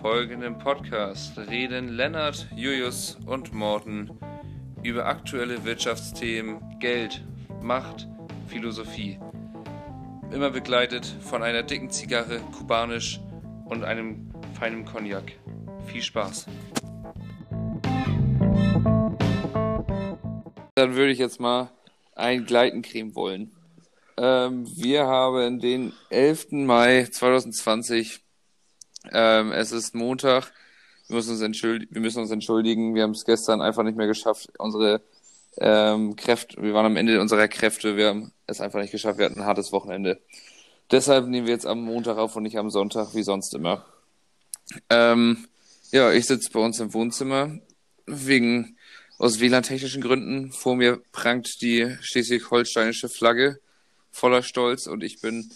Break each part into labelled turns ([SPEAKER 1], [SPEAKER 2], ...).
[SPEAKER 1] folgenden Podcast reden Lennart, Julius und Morten über aktuelle Wirtschaftsthemen, Geld, Macht, Philosophie. Immer begleitet von einer dicken Zigarre, kubanisch und einem feinen Cognac. Viel Spaß. Dann würde ich jetzt mal ein cremen wollen. Ähm, wir haben den 11. Mai 2020. Ähm, es ist Montag. Wir müssen, uns entschuldi- wir müssen uns entschuldigen. Wir haben es gestern einfach nicht mehr geschafft. Unsere ähm, Kräfte, wir waren am Ende unserer Kräfte. Wir haben es einfach nicht geschafft. Wir hatten ein hartes Wochenende. Deshalb nehmen wir jetzt am Montag auf und nicht am Sonntag, wie sonst immer. Ähm, ja, ich sitze bei uns im Wohnzimmer. Wegen, aus WLAN-technischen Gründen. Vor mir prangt die schleswig-holsteinische Flagge voller Stolz und ich bin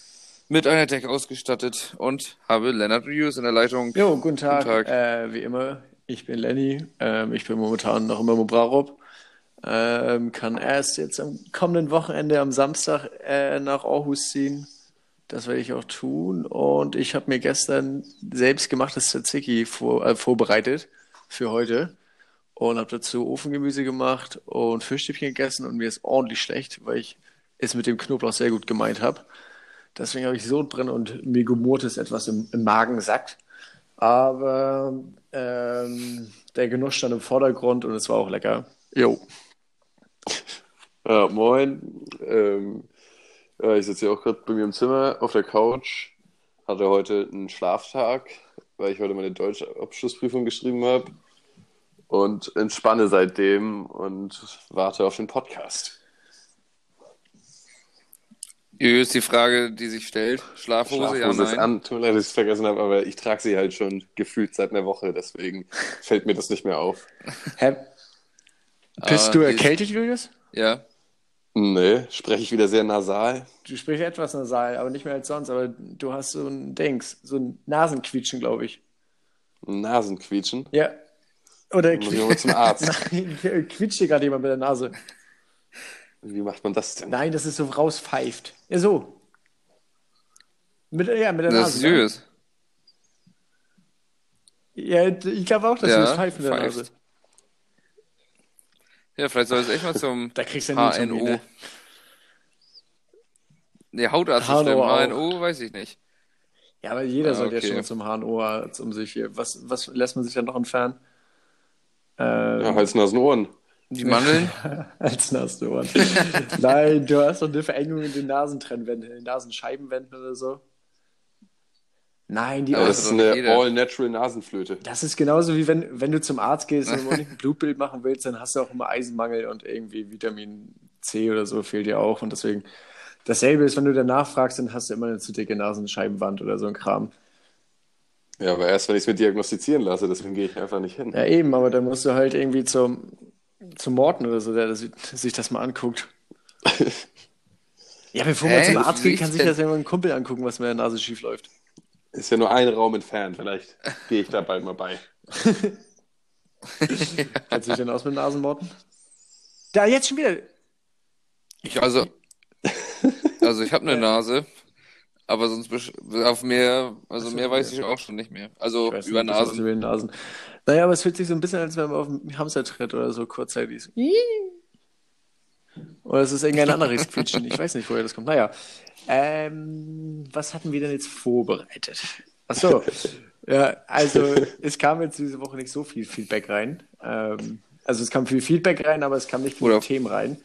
[SPEAKER 1] mit einer Decke ausgestattet und habe Lennart Rius in der Leitung.
[SPEAKER 2] Jo, guten Tag.
[SPEAKER 1] Guten Tag.
[SPEAKER 2] Äh, wie immer, ich bin Lenny. Ähm, ich bin momentan noch immer im Brarop. Ähm, kann erst jetzt am kommenden Wochenende, am Samstag, äh, nach Aarhus ziehen. Das werde ich auch tun. Und ich habe mir gestern selbstgemachtes Tzatziki vor, äh, vorbereitet für heute. Und habe dazu Ofengemüse gemacht und Fischstäbchen gegessen. Und mir ist ordentlich schlecht, weil ich es mit dem Knoblauch sehr gut gemeint habe. Deswegen habe ich Sodbrennen und mir gemurrt es etwas im, im Magen sackt. Aber ähm, der Genuss stand im Vordergrund und es war auch lecker. Jo.
[SPEAKER 3] Ja, moin. Ähm, ja, ich sitze hier auch gerade bei mir im Zimmer auf der Couch. Hatte heute einen Schlaftag, weil ich heute meine Deutschabschlussprüfung geschrieben habe. Und entspanne seitdem und warte auf den Podcast.
[SPEAKER 1] Rius, die Frage, die sich stellt. Schlafhose, ja,
[SPEAKER 3] Schlafhose ist
[SPEAKER 1] nein.
[SPEAKER 3] an. Tut mir leid, dass ich es vergessen habe, aber ich trage sie halt schon gefühlt seit einer Woche, deswegen fällt mir das nicht mehr auf.
[SPEAKER 2] Hä? Äh, Bist
[SPEAKER 1] Aber
[SPEAKER 2] du
[SPEAKER 1] die-
[SPEAKER 2] erkältet, Julius?
[SPEAKER 1] Ja.
[SPEAKER 3] Nee, spreche ich wieder sehr nasal.
[SPEAKER 2] Du sprichst etwas nasal, aber nicht mehr als sonst. Aber du hast so ein Dings, so ein Nasenquietschen, glaube ich.
[SPEAKER 3] Nasenquietschen.
[SPEAKER 2] Ja. Oder
[SPEAKER 3] Muss ich mal zum Arzt.
[SPEAKER 2] Nein, äh, quietscht dir gerade jemand mit der Nase.
[SPEAKER 3] Wie macht man das
[SPEAKER 1] Ähm,
[SPEAKER 3] denn?
[SPEAKER 2] Nein, das ist so rauspfeift. Ja, so. Mit, ja, mit der
[SPEAKER 1] Das ist
[SPEAKER 2] Nase. ne?
[SPEAKER 1] Rius.
[SPEAKER 2] Ja, ich glaube auch, dass
[SPEAKER 1] Ja,
[SPEAKER 2] du das pfeifen mit der
[SPEAKER 1] pfeift.
[SPEAKER 2] Nase.
[SPEAKER 1] Ja, vielleicht soll es echt mal zum
[SPEAKER 2] Da kriegst du ja nie zu mir,
[SPEAKER 1] HNO.
[SPEAKER 2] ne?
[SPEAKER 1] Der Hautarzt
[SPEAKER 2] HNO
[SPEAKER 1] ist schlimm.
[SPEAKER 2] auch.
[SPEAKER 1] HNO weiß ich nicht.
[SPEAKER 2] Ja, aber jeder
[SPEAKER 1] Ah,
[SPEAKER 2] sollte
[SPEAKER 1] okay.
[SPEAKER 2] ja schon zum HNO-Arzt um sich hier. Was, was lässt man sich dann noch entfernen? Ähm,
[SPEAKER 3] Ja, Hals, Nasen, Ohren.
[SPEAKER 1] Die Mandeln?
[SPEAKER 2] Als Nasenbart. Nein, du hast doch eine Verengung in den Nasentrennwänden, in den Nasenscheibenwänden oder so. Nein, die
[SPEAKER 1] Aber
[SPEAKER 3] Das
[SPEAKER 1] das
[SPEAKER 3] ist
[SPEAKER 1] hat doch
[SPEAKER 3] eine
[SPEAKER 1] jeder.
[SPEAKER 3] all-natural Nasenflöte.
[SPEAKER 2] Das ist genauso wie wenn, wenn du zum Arzt gehst und unbedingt ein Blutbild machen willst, dann hast du auch immer Eisenmangel und irgendwie Vitamin C oder so fehlt dir auch. Und deswegen, dasselbe ist, wenn du danach fragst, dann hast du immer eine zu dicke Nasenscheibenwand oder so ein Kram.
[SPEAKER 3] Ja, aber erst wenn ich es mir diagnostizieren lasse, deswegen gehe ich einfach nicht hin.
[SPEAKER 2] Ja, eben, aber dann musst du halt irgendwie zum, zum Morten oder so, der das, sich das mal anguckt. Ja, bevor man
[SPEAKER 1] Hä?
[SPEAKER 2] zum Arzt geht, kann
[SPEAKER 1] Wie
[SPEAKER 2] sich
[SPEAKER 1] denn?
[SPEAKER 2] das ja mal ein Kumpel angucken, was mit der Nase schief läuft.
[SPEAKER 3] Ist ja nur ein Raum entfernt, vielleicht gehe ich da bald mal bei.
[SPEAKER 2] Kennst du dich denn aus mit Nasenmorten? Da, jetzt schon wieder.
[SPEAKER 1] Ich, also, also ich habe eine Nase, aber sonst besch- auf mehr, also
[SPEAKER 2] Ach so,
[SPEAKER 1] mehr weiß
[SPEAKER 2] ja.
[SPEAKER 1] ich auch schon nicht mehr. Also
[SPEAKER 2] Ich weiß
[SPEAKER 1] über
[SPEAKER 2] nicht, was
[SPEAKER 1] Nasen.
[SPEAKER 2] Über den Nasen. Naja, aber es fühlt sich so ein bisschen, als wenn man auf einen Hamster tritt oder so kurzzeitig. So. Oder es ist irgendein anderes Quietschen. Ich weiß nicht, woher das kommt. Naja. Ähm, was hatten wir denn jetzt vorbereitet? Ach so. Ja, also es kam jetzt diese Woche nicht so viel Feedback rein. Ähm, also es kam viel Feedback rein, aber es kam nicht viele
[SPEAKER 1] Oder-
[SPEAKER 2] Themen rein.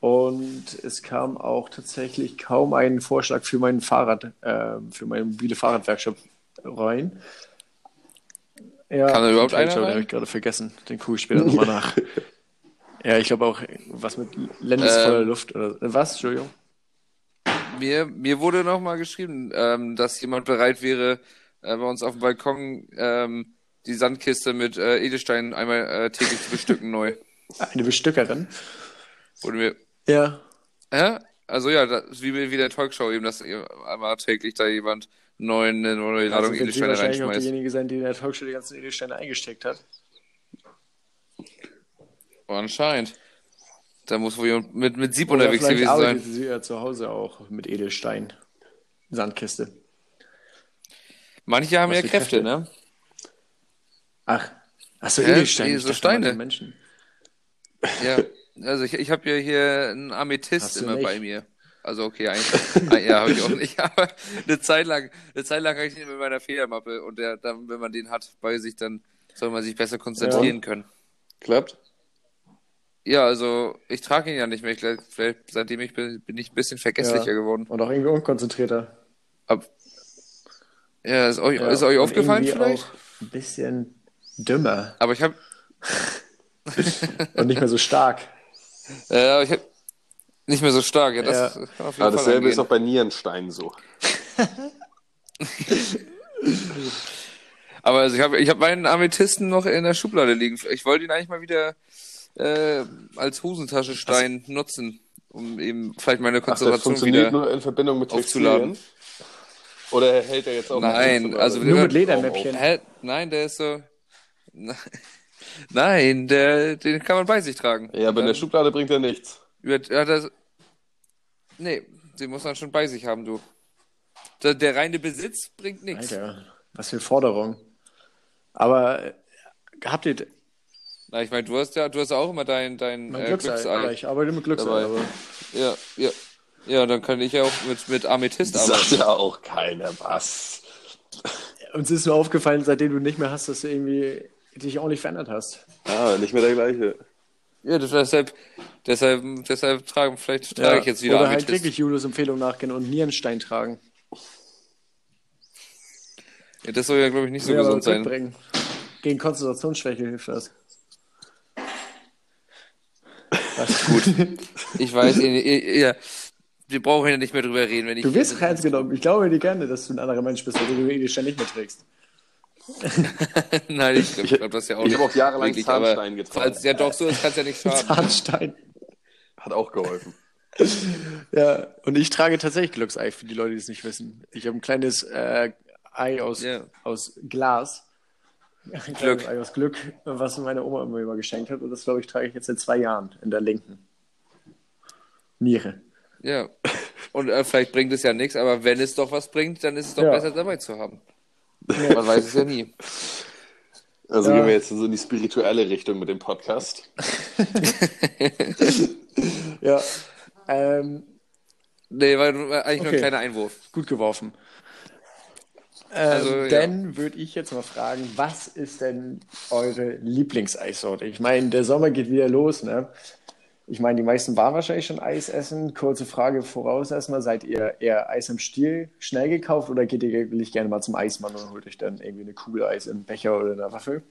[SPEAKER 2] Und es kam auch tatsächlich kaum ein Vorschlag für mein Fahrrad, ähm, für meine mobile Fahrradwerkstatt rein. Ja,
[SPEAKER 1] Kam da
[SPEAKER 2] den
[SPEAKER 1] überhaupt
[SPEAKER 2] Teil
[SPEAKER 1] einer
[SPEAKER 2] schon, Den
[SPEAKER 1] rein?
[SPEAKER 2] habe ich gerade vergessen. Den gucke ich später nochmal nach. Ja, ich glaube auch was mit Lennis
[SPEAKER 1] Ähm.
[SPEAKER 2] voller Luft oder was? Entschuldigung.
[SPEAKER 1] Mir, mir wurde nochmal geschrieben, ähm, dass jemand bereit wäre, äh, bei uns auf dem Balkon ähm, die Sandkiste mit äh, Edelsteinen einmal äh, täglich zu bestücken neu.
[SPEAKER 2] Eine Bestückerin.
[SPEAKER 1] Wurde mir,
[SPEAKER 2] Ja.
[SPEAKER 1] Hä? Also ja, das ist wie, wie der Talkshow eben, dass ihr einmal täglich da jemand neuen, eine neue
[SPEAKER 2] Also
[SPEAKER 1] Ladung
[SPEAKER 2] wird sie
[SPEAKER 1] Edelsteine
[SPEAKER 2] wahrscheinlich auch
[SPEAKER 1] reinschmeißt.
[SPEAKER 2] diejenige sein, die in der Talkshow die ganzen Edelsteine eingesteckt hat.
[SPEAKER 1] Oh, anscheinend. Da muss wohl jemand mit, mit Sieb
[SPEAKER 2] Oder
[SPEAKER 1] unterwegs
[SPEAKER 2] vielleicht
[SPEAKER 1] gewesen
[SPEAKER 2] arbeitet
[SPEAKER 1] sein.
[SPEAKER 2] sie ja zu Hause auch mit Edelstein. Sandkiste.
[SPEAKER 1] Manche haben
[SPEAKER 2] Was
[SPEAKER 1] ja
[SPEAKER 2] für
[SPEAKER 1] Kräfte,
[SPEAKER 2] Kräfte?
[SPEAKER 1] ne?
[SPEAKER 2] Ach, ach so,
[SPEAKER 1] Hä?
[SPEAKER 2] Edelsteine.
[SPEAKER 1] Nee,
[SPEAKER 2] Ich
[SPEAKER 1] so
[SPEAKER 2] dachte mal,
[SPEAKER 1] Steine.
[SPEAKER 2] die Menschen.
[SPEAKER 1] Ja, also ich, ich habe ja hier einen
[SPEAKER 2] Hast
[SPEAKER 1] Amethyst
[SPEAKER 2] du
[SPEAKER 1] immer
[SPEAKER 2] nicht?
[SPEAKER 1] bei mir. Also okay, eigentlich, ah, ja, habe ich auch nicht, aber eine Zeit lang, eine Zeit lang habe ich den mit meiner Federmappe und der, dann, wenn man den hat bei sich, dann soll man sich besser konzentrieren können.
[SPEAKER 3] Klappt?
[SPEAKER 1] Ja, also ich trage ihn ja nicht mehr. Ich, glaub, vielleicht, seitdem ich bin, bin ich ein bisschen vergesslicher
[SPEAKER 2] Ja.
[SPEAKER 1] geworden.
[SPEAKER 2] Und auch irgendwie unkonzentrierter.
[SPEAKER 1] Ab ja, ist euch,
[SPEAKER 2] Ja,
[SPEAKER 1] ist euch
[SPEAKER 2] und
[SPEAKER 1] aufgefallen
[SPEAKER 2] irgendwie
[SPEAKER 1] vielleicht?
[SPEAKER 2] Auch ein bisschen dümmer
[SPEAKER 1] Aber ich habe
[SPEAKER 2] und nicht mehr so stark.
[SPEAKER 1] äh, ich hab nicht mehr so stark. Ja, das
[SPEAKER 2] Ja.
[SPEAKER 1] kann auf jeden
[SPEAKER 3] Ja,
[SPEAKER 1] Fall
[SPEAKER 3] dasselbe
[SPEAKER 1] angehen.
[SPEAKER 3] ist auch bei Nierenstein so.
[SPEAKER 1] Aber also ich habe ich hab meinen Amethysten noch in der Schublade liegen. Ich wollte ihn eigentlich mal wieder äh, als Hosentaschenstein nutzen, um eben vielleicht meine
[SPEAKER 3] Ach, das
[SPEAKER 1] Konzentration
[SPEAKER 3] funktioniert
[SPEAKER 1] wieder.
[SPEAKER 3] nur in Verbindung mit
[SPEAKER 1] aufzuladen.
[SPEAKER 3] Textilien. Oder hält er jetzt auch
[SPEAKER 1] Nein,
[SPEAKER 3] mit
[SPEAKER 1] also-
[SPEAKER 2] Nur mit
[SPEAKER 1] Raum
[SPEAKER 2] Ledermäppchen.
[SPEAKER 1] Hä? Nein, der ist so. Nein, der, den kann man bei sich tragen.
[SPEAKER 3] Ja, aber in der
[SPEAKER 1] Dann
[SPEAKER 3] Schublade bringt er nichts.
[SPEAKER 1] Über, ja, das, nee, den muss man schon bei sich haben, du. Der, der reine Besitz bringt nichts.
[SPEAKER 2] Alter, was für Forderung. Aber äh, habt ihr
[SPEAKER 1] Na, ich meine, du hast ja, du hast ja auch immer dein, dein
[SPEAKER 2] mein
[SPEAKER 1] äh,
[SPEAKER 2] Glücksei? Ja, ich arbeite mit Glücksei.
[SPEAKER 1] Dabei.
[SPEAKER 2] Aber
[SPEAKER 1] Ja, ja. Ja, dann kann ich ja auch mit, mit Amethyst
[SPEAKER 3] Das
[SPEAKER 1] arbeiten.
[SPEAKER 3] sagt ja auch keiner was.
[SPEAKER 2] uns ist nur aufgefallen, seitdem du nicht mehr hast, dass du irgendwie dich auch nicht verändert hast.
[SPEAKER 3] Ah, nicht mehr der gleiche.
[SPEAKER 1] Ja, das- deshalb, deshalb, deshalb tragen, vielleicht trage ich jetzt wieder
[SPEAKER 2] Oder halt
[SPEAKER 1] Amethyst.
[SPEAKER 2] wirklich Julius Empfehlung nachgehen und Nierenstein tragen.
[SPEAKER 1] Ja, das soll ja, glaube ich, nicht so
[SPEAKER 2] Ja, aber
[SPEAKER 1] gesund
[SPEAKER 2] Glück
[SPEAKER 1] sein.
[SPEAKER 2] Bringen. Gegen Konzentrationsschwäche hilft das.
[SPEAKER 1] Ich weiß, ihr, ihr, ihr, wir brauchen ja nicht mehr drüber reden, wenn ich.
[SPEAKER 2] Du wirst doch ernst genommen. Ich glaube dir gerne, dass du ein anderer Mensch bist, weil du den Edelstein nicht mehr trägst.
[SPEAKER 1] Nein, ich glaube glaub, das ja auch
[SPEAKER 3] Ich habe auch jahrelang
[SPEAKER 1] wirklich,
[SPEAKER 3] Zahnstein
[SPEAKER 1] aber
[SPEAKER 3] getragen.
[SPEAKER 1] Falls es ja doch so ist, kann es ja nicht schaden.
[SPEAKER 2] Zahnstein.
[SPEAKER 3] Hat auch geholfen.
[SPEAKER 2] Ja, und ich trage tatsächlich Glücksei, für die Leute, die es nicht wissen. Ich habe ein kleines äh, Ei aus,
[SPEAKER 1] Ja.
[SPEAKER 2] aus Glas. Ein kleines
[SPEAKER 1] Glück.
[SPEAKER 2] Ei aus Glück, was mir meine Oma immer geschenkt hat. Und das, glaube ich, trage ich jetzt seit zwei Jahren in der linken Niere.
[SPEAKER 1] Ja. Und äh, vielleicht bringt es ja nichts, aber wenn es doch was bringt, dann ist es doch
[SPEAKER 2] Ja.
[SPEAKER 1] besser dabei zu haben. Man weiß es ja nie.
[SPEAKER 3] Also
[SPEAKER 2] Ja.
[SPEAKER 3] gehen wir jetzt in so in die spirituelle Richtung mit dem Podcast.
[SPEAKER 2] Ja. Ähm,
[SPEAKER 1] Nee, war eigentlich nur ein
[SPEAKER 2] Okay.
[SPEAKER 1] kleiner Einwurf.
[SPEAKER 2] gut geworfen. Ähm,
[SPEAKER 1] Also, ja.
[SPEAKER 2] Dann würde ich jetzt mal fragen, was ist denn eure Lieblingseissorte? Ich meine, der Sommer geht wieder los, ne? Ich meine, die meisten waren wahrscheinlich schon Eis essen. Kurze Frage voraus erstmal, seid ihr eher Eis am Stiel schnell gekauft oder geht ihr wirklich gerne mal zum Eismann und holt euch dann irgendwie eine Kugel Eis im Becher oder in der Waffel?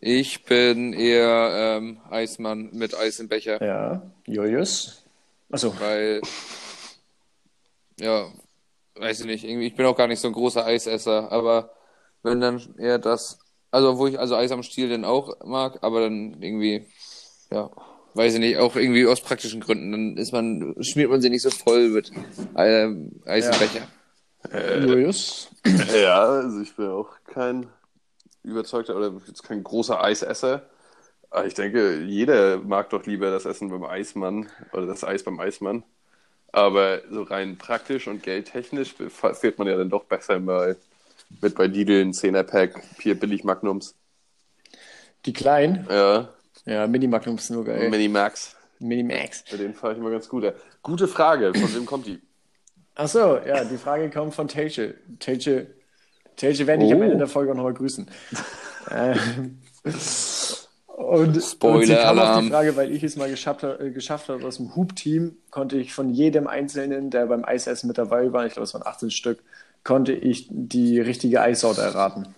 [SPEAKER 1] Ich bin eher ähm, Eismann mit Eis im Becher.
[SPEAKER 2] Ja, Julius. Achso,
[SPEAKER 1] Weil, ja, weiß ich nicht, irgendwie, ich bin auch gar nicht so ein großer Eisesser, aber wenn dann eher das, also obwohl ich also Eis am Stiel dann auch mag, aber dann irgendwie, ja, weiß ich nicht, auch irgendwie aus praktischen Gründen, dann ist man, schmiert man sie nicht so voll mit ähm, Eis im
[SPEAKER 2] Ja.
[SPEAKER 1] Becher.
[SPEAKER 2] Julius.
[SPEAKER 3] Ja, also ich bin auch kein überzeugter oder jetzt kein großer Eisesser. Aber ich denke, jeder mag doch lieber das Essen beim Eismann oder das Eis beim Eismann. Aber so rein praktisch und geldtechnisch fährt man ja dann doch besser mal mit bei Dideln, 10er-Pack, Pier Billig Magnums.
[SPEAKER 2] Die Kleinen.
[SPEAKER 3] Ja,
[SPEAKER 2] Ja, Mini-Magnum ist nur geil.
[SPEAKER 3] Minimax.
[SPEAKER 2] Mini-Max.
[SPEAKER 3] Bei denen fahre ich immer ganz gut. Gute Frage, von wem kommt die?
[SPEAKER 2] Ach so, ja, die Frage kommt von Teche. Teche, Teche werde ich am
[SPEAKER 3] Oh.
[SPEAKER 2] Ende der Folge auch nochmal grüßen. Ähm, und, und sie kam auf
[SPEAKER 1] Spoiler-Alarm.
[SPEAKER 2] die Frage, weil ich es mal geschafft, äh, geschafft habe aus dem Hub-Team, konnte ich von jedem Einzelnen, der beim Eisessen mit dabei war, ich glaube es waren 18 Stück, konnte ich die richtige Eissorte erraten.